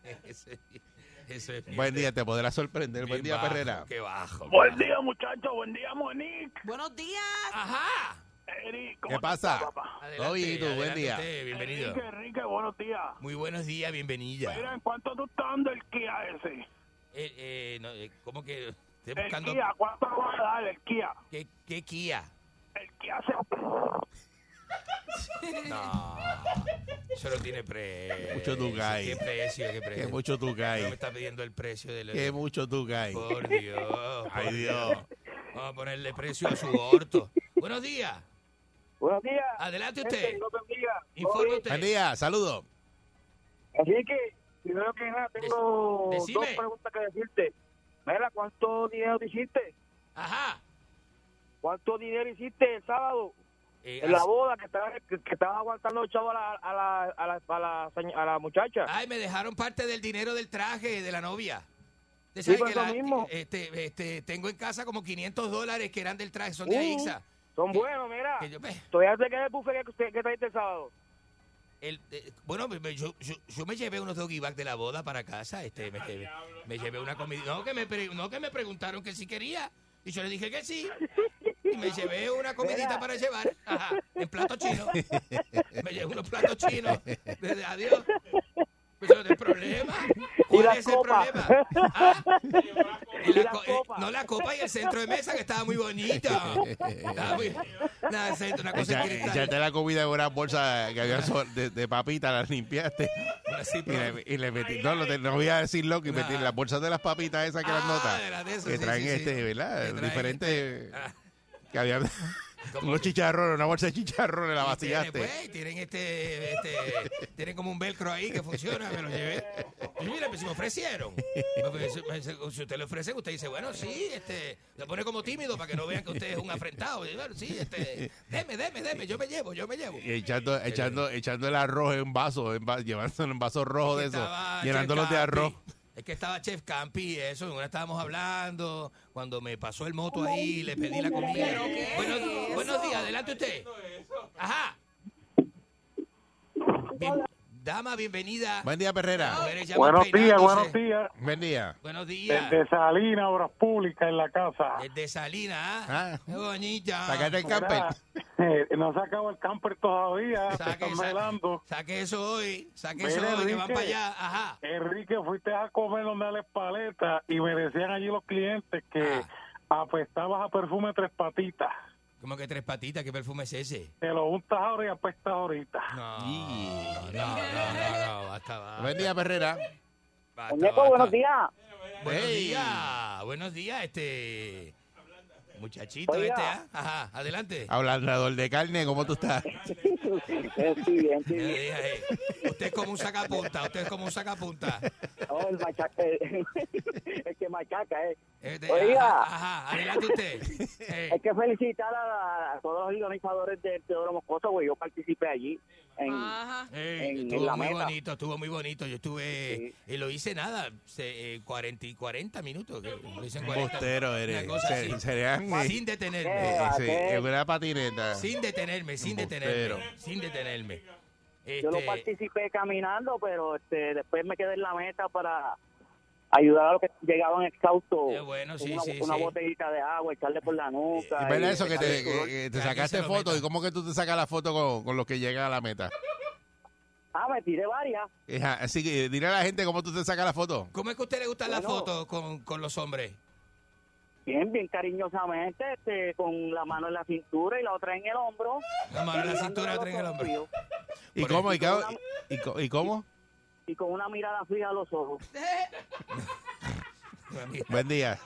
eso es bien- Buen día, te podrás sorprender. bien Buen día, bajo, Perrera. Qué bajo. Buen día, muchachos. Buen día, Monique. Buenos días. Ajá. Eric, ¿cómo ¿Qué pasa? estás, papá? Adelante, Todo bien, tú, buen adelante día. usted, bienvenido. Enrique, Enrique, buenos días. Muy buenos días, bienvenida. Mira, ¿en cuánto tú estás dando el Kia ese? Eh, eh, no, eh, ¿Cómo que estoy El buscando Kia, ¿cuánto vas a dar el Kia? qué, qué Kia? El Kia se... No, eso no tiene precio. Mucho Dugai. ¿Qué precio? ¿Qué precio? Qué mucho tú No me caes. está pidiendo el precio del. Qué mucho tú caes. Por Dios. por Ay, Dios. Vamos a ponerle precio a su orto. Buenos días. Buenos días. Adelante usted. Dios te bendiga. Informe Buen usted. día, saludos. Enrique, primero que nada, tengo Dec- dos decime. preguntas que decirte. Mira, ¿cuánto dinero hiciste? Ajá. ¿Cuánto dinero hiciste el sábado? Eh, En la as- boda que estaba, que, que estaba aguantando el chavo a la, a la, a la, a la, señ- a la muchacha. Ay, me dejaron parte del dinero del traje de la novia. Usted Sí, sabe por que eso la- mismo. Este, este, tengo en casa como 500 dólares que eran del traje, son de Uh, Aixa. Son que- buenos, mira. Que yo, pues, Todavía te queda el buffet que, usted- que trajiste el sábado. El, eh, bueno, me- me- yo, yo, yo me llevé unos doggy bag de la boda para casa. Este, me, llevé- me llevé una comida. No que, me pre- no, que me preguntaron que si quería. Y yo le dije que sí. Y me llevé una comidita para llevar. Ajá, en plato chino. Me llevé unos platos chinos. Desde adiós. Pues no hay problema. ¿Cuál las es el copas. problema? Ah, y la las co- eh, copas. no, la copa y el centro de mesa que estaba muy bonito. Estaba muy- nada, el centro, una cosa en Echa- cristal. Echaste la comida en una bolsa que había so- de, de papita, las limpiaste. Una Y cifra. le, y le metí, no, lo te- no voy a decir loco, y Nah. metí las bolsas de las papitas esas que las Ah, notas. de las de esas, que sí, traen sí, sí. este, ¿verdad? Que traen Diferentes. Ah. Que había ¿Cómo unos que? chicharrones, una bolsa de chicharrones, la Tienen, vaciaste. pues, tienen este, este, tienen como un velcro ahí que funciona, me lo llevé. Y mira, pues si me ofrecieron. Me ofrece- me dice, Si usted le ofrece, usted dice, bueno, sí, este, se pone como tímido para que no vean que usted es un afrentado. Y, bueno, sí, este, deme, deme, deme, yo me llevo, yo me llevo. Eh, Y echando, echando, echando el arroz en vaso, en va- llevándolo en vaso rojo de eso, Estaba Chef llenándolos de Campi. arroz. Es que estaba Chef Campi, eso, una estábamos hablando, cuando me pasó el moto ahí, le pedí la comida. Buenos, buenos días, adelante usted. Ajá. Bien- dama, bienvenida. Buen día, Perrera. Mujeres llaman peinándose. días. Buen día. Buenos días. Salina, Obras Públicas, en la casa. Desde Salinas, ¿ah? Ah. Qué bonita. Sacaste el camper. eh, no se acabó el camper todavía, Saque, saque- saque eso hoy, saque eso Mira, hoy, que van Enrique. para allá. Ajá. Enrique, fuiste a comer donde la paleta y me decían allí los clientes que Ah. apestabas a perfume tres patitas. Como que tres patitas, ¿qué perfume es ese? Te lo untas ahora y apestas ahorita. No, no, no, no, no, basta, basta. Buen día, Perrera. pues, pues, Basta, basta. días. Buenos Hey. días, buenos días, este. Muchachito, Oiga. este, ¿ah? Ajá, adelante. Hablador de carne, ¿cómo tú estás? Estoy bien, estoy Ya bien. dije ahí. Usted es como un sacapunta, usted es como un sacapunta. Oh, el machaca, el, el que machaca, eh. Este, Oiga. Ajá, ajá, adelante usted. eh, Hay que felicitar a, a todos los organizadores del Teodoro Moscoso, güey. Yo participé allí en, en- en Estuvo la muy meta. bonito, estuvo muy bonito. Yo estuve, y lo hice nada, se, eh, 40, y 40 minutos. que Lo hice en 40. Bostero una eres. cosa Se- así. serían, eh, sin detenerme. Eh, sí, es una patineta. Sin detenerme, sin Embustero. detenerme. Sin detenerme. Yo lo Este, participé caminando, pero este, después me quedé en la meta para ayudar a los que llegaban exhaustos. bueno, sí, una, sí, una sí. Eh, botellita de agua, echarle por la nuca. Es verdad y- eso que te, que- que te Aquí se sacaste lo fotos. ¿Y cómo que tú te sacas la foto con, con los que llegan a la meta? eh. Ah, me tiré varias. Ejá, Así que eh, dile a la gente cómo tú te sacas la foto. ¿Cómo es que a usted le gustan las fotos con, con los hombres? Bien, bien cariñosamente, este, con la mano en la cintura y la otra en el hombro. La mano en la cintura, otra en el hombro. ¿Y cómo? ¿Y, ca- y co- y cómo? Y con una mirada fija a los ojos. Buen día.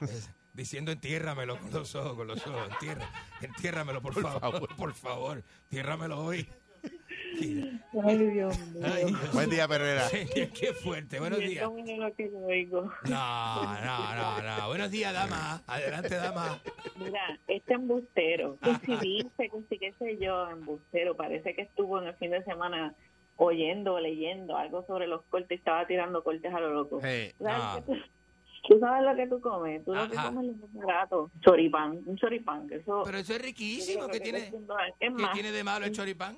Diciendo entiérramelo con los ojos, con los ojos, entierra, entiérramelo por, favor, por favor, entiérramelo hoy. Ay, Dios Ay, mío. Dios. Buen día, Perrera. Señor, qué fuerte, buenos Y días. esto es lo que yo oigo. No, no, no, no. Buenos días, dama. Adelante, dama. Mira, este embustero, que si viste, que si qué sé yo, embustero, parece que estuvo en el fin de semana oyendo o leyendo algo sobre los cortes y estaba tirando cortes a lo loco. Sí, ¿Tú sabes no. lo que tú- Tú sabes lo que tú comes, tú lo que Ajá. comes es lo más barato, choripán, un choripán, que eso... Pero eso es riquísimo. Yo creo ¿Qué que tiene, es fundamental. Es ¿qué más, tiene de malo el choripán?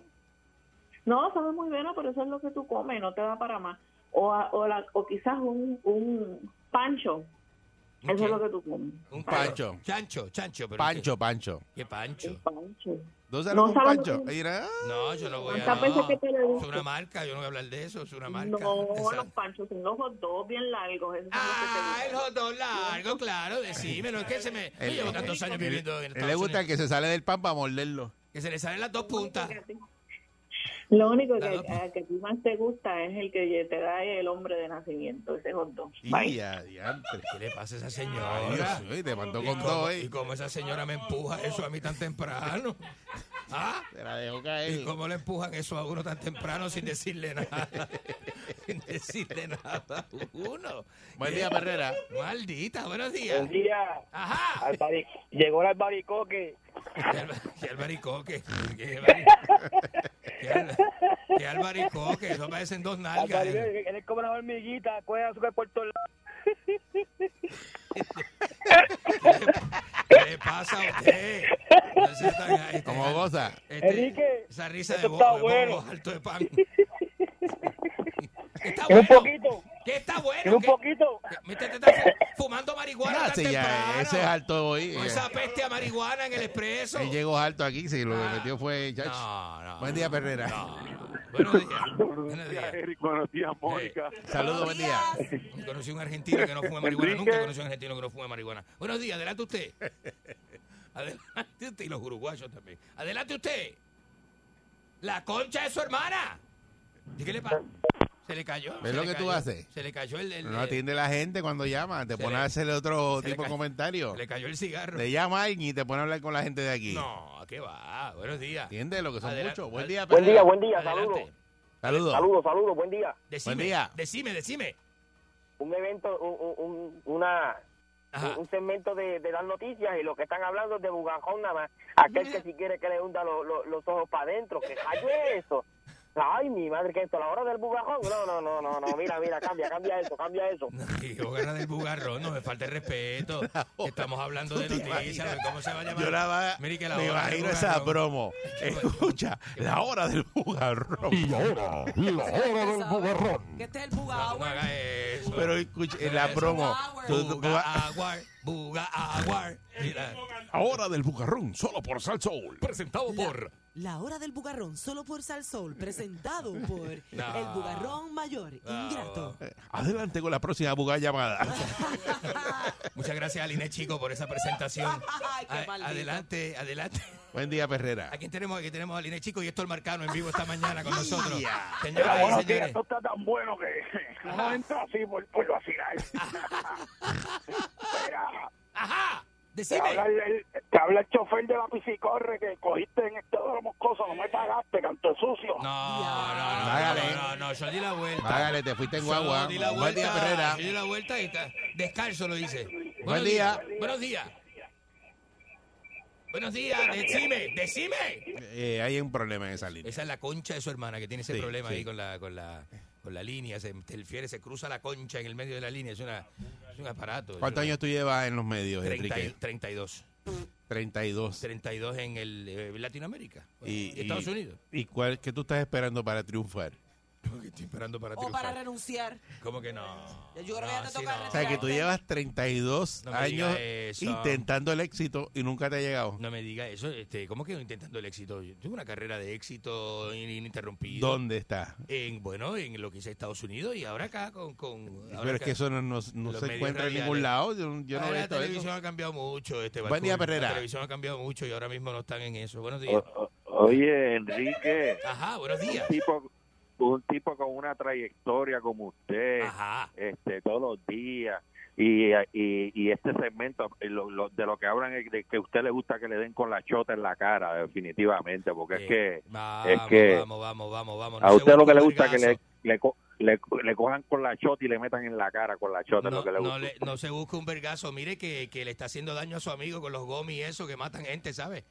No, sabe muy bueno, pero eso es lo que tú comes, no te da para más. O, a- o, la- o quizás un, un pancho, eso es lo que tú comes. Un Pancho. Chancho, chancho. Pero Pancho, Pancho. ¿Qué, qué pancho? Pancho. ¿Dos No un saben Pancho? "Ah". lo que- Mira, No, yo no voy a... ¿Cuántas veces que te lo he es dicho? una marca, yo no voy a hablar de eso, es una marca. No, Esa- los panchos son los hot dogs bien largos. Esos son Ah, el hot dog largo, claro, decímelo. Es que se me... Yo Él- llevo tantos años él- viviendo en él le Estados gusta Unidos. el que se sale del pan para morderlo. Que se le salen las dos puntas. Lo único que, Claro. a- que a ti más te gusta es el que te da el hombre de nacimiento, ese hot dog. Y a diantre. ¿Qué le pasa a esa Ay, señora? Dios mío, y te mandó ¿Y con cómo- todo, ¿eh? ¿Y cómo esa señora me empuja eso a mí tan temprano? ¿Ah? Te la dejo caer. ¿Y cómo le empujan eso a uno tan temprano sin decirle nada? sin decirle nada a uno. Buen día, Perrera. Maldita, buenos días. Buen día. Ajá. Albari- Llegó el albaricoque. ¿Qué albaricoque? ¿Qué albaricoque? ¿Qué al- qué albaricoque? Eso parecen dos nalgas. eh. Albaricoque, Eres como una hormiguita, coge azúcar por todos lados. ¿Qué le pasa a usted? No sea tan- este, ¿Cómo goza? este, Enrique, Esa risa de esto bo- está de bueno. bongo alto de pan. Está Es un bueno. poquito. ¿Qué está bueno? Es un ¿Qué- poquito. eh, Me te, te está fu- fumando marihuana Ah, tan sí, ya, temprano. ese es alto hoy. Con eh. esa peste a marihuana en el expreso. Él llegó alto aquí, sí, lo Ah, que metió fue. chach. Buen día, Perrera. Buenos días. Buenos días. Buenos días, Mónica. Saludos, buen día. Me conocí un argentino que no fuma marihuana. Enrique. Nunca conocí un argentino que no fuma marihuana. Buenos días, adelante usted. Adelante usted y los uruguayos también. Adelante usted. La concha de su hermana. ¿Y qué le pasa? Se le cayó. ¿Ves se lo le que tú cayó, haces? Se le cayó el. el- No atiende la gente cuando llama. Te pone le- a hacerle otro se le tipo de cayó- comentario. le cayó el cigarro. Le llama a alguien y te pone a hablar con la gente de aquí. No, ¿qué va? Buenos días. Entiende lo que son Adela- muchos. Buen día, Buen día, Perrera. buen día, Adelante. saludos. Saludos. Saludos, saludos, buen día. Decime, Buen día. Decime, decime. Un evento, un, un- un- una, Ajá. un segmento de, de las noticias y lo que están hablando es de Bugajón nada más. Aquel que si quiere que le hunda lo- lo- los ojos para adentro, que cayó eso. Ay, mi madre, que esto, la hora del Bugajón. No, no, no, no, no, mira, mira, cambia, cambia eso, cambia eso. Yo gana del bugarrón, no me falta el respeto. Estamos hablando de noticias, ¿cómo se va a llamar? Yo la va, Mire que la me hora del imagino esa bugarrón. promo. Escucha, la hora del bugarrón. Y ahora, la hora del bugarrón. Que este es el buga No hour. haga eso. Pero escucha, en la promo. tú- tú- Buga aguar, buga aguar. Mira, Ahora del bugarrón, solo por Sal Soul. presentado por. La hora del bugarrón, solo por Sal Sol, presentado por el bugarrón mayor, ingrato. Adelante con la próxima buga llamada. Muchas gracias, Aline Chico, por esa presentación. Ay, qué A- maldito. adelante, adelante. Buen día, Perrera. Aquí tenemos, aquí tenemos a Aline Chico y Héctor Marcano en vivo esta mañana con nosotros. Ya. Señoras y señores. esto está tan bueno que no entra así por, por vacilar. Ajá. Te habla, el, el- te habla el chofer de la piscicorre que cogiste en este de moscoso, no me pagaste, canto sucio. No, no, Págale. no, no, yo di la vuelta. Págale, te fuiste en Yo guagua. di la Buen día, vuelta, Perrera. Yo di la vuelta y ca- descalzo lo hice. Buenos Buen días, día. Buenos días. Buenos días, decime, decime. Eh, hay un problema en esa línea. Esa es la concha de su hermana que tiene ese Sí, problema sí. ahí con la, con la, con la línea. Se, el fiere se cruza la concha en el medio de la línea. Es, una, es un aparato. Es ¿Cuántos una- años tú llevas en los medios, Treinta y- Enrique? 32. 32. 32 en el, eh, Latinoamérica. Y, y Estados y- Unidos. ¿Y cuál, qué tú estás esperando para triunfar? ¿Qué estoy esperando para O para triunfar? renunciar. ¿Cómo que no? Yo creo que ya te así toca no. O sea, que tú llevas 32 No me años diga eso. intentando el éxito y nunca te ha llegado. No me diga eso, este, ¿cómo que intentando el éxito? Yo tuve una carrera de éxito in- ininterrumpida. ¿Dónde está? En, bueno, en lo que hice Estados Unidos y ahora acá con... con ahora Pero es acá. que eso no, no- no Los se medios encuentra en radiales. ningún lado. Yo, yo no Ah, he la visto eso. televisión ha cambiado mucho. Este, Buen Balcón. día, Perrera. La televisión ha cambiado mucho y ahora mismo no están en eso. Buenos días. O- o- oye, Enrique. Ajá, buenos días. Eh, Un tipo, un tipo con una trayectoria como usted, este, todos los días. Y, y, y este segmento, lo- lo- de lo que hablan, es de que a usted le gusta que le den con la chota en la cara, definitivamente, porque es que. es que Ah, vamos, vamos, vamos, vamos. a No se usted lo busque que le un gusta es que le, vergazo. le, co- le, le cojan con la chota y le metan en la cara con la chota, es lo que le No, gusta. le- no se busca un vergazo. Mire que, que le está haciendo daño a su amigo con los gomis y eso, que matan gente, ¿sabe?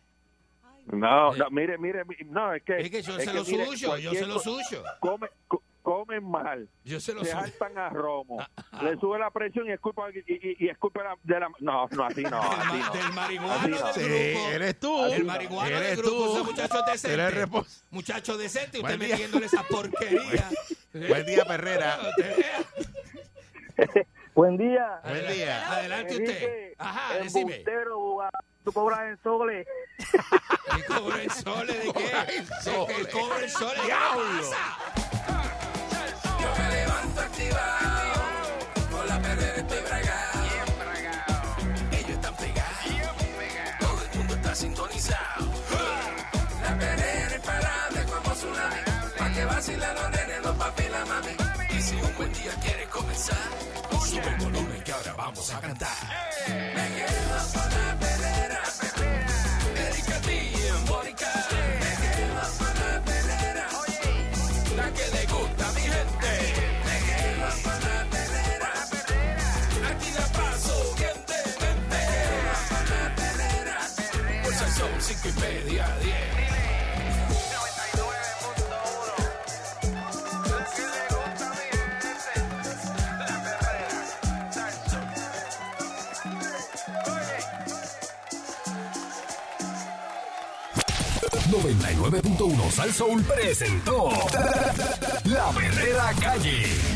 No, no, mire, mire, mi- no, es que... Eh. Es que yo sé lo mire, suyo, yo sé lo cualquier suyo. co- Come, co- comen mal. Yo sé lo se suyo. Ah, saltan a romo. le sube la presión y es culpa, y, y, y es culpa de la, de la- No, no, así no, así no. Del Así marihuano no. del Sí, grupo. eres tú. El marihuano Eres del grupo. tú. Ese muchacho decente. Eres respons- muchacho decente. Usted Buen día. metiéndole esa porquería. Buen día, Perrera. Buen día. Buen día. Adelante usted. Ajá, decime. Embustero, tú cobras en soles. ¿Cobra en soles de qué? ¿De qué cobra en soles? ¿Qué pasa? Yo me levanto activado. Con la perrera estoy bragado. Ellos están pegados. Todo el mundo está sintonizado. La perrera es parable como tsunami. Pa' que vacilan los nenes, los papi y la mami. Y si un buen día quieres comenzar, sube el volumen que ahora vamos a cantar. Me quedo con la perrera. Erika T en Bórica. Me quedo con la perrera. La que le gusta a mi gente. Me quedo con la perrera. Aquí la paso bien de mente. Me quedo con la perrera. Por son cinco y media, diez. Sol 99.1 Sal Soul presentó La Verdadera Calle.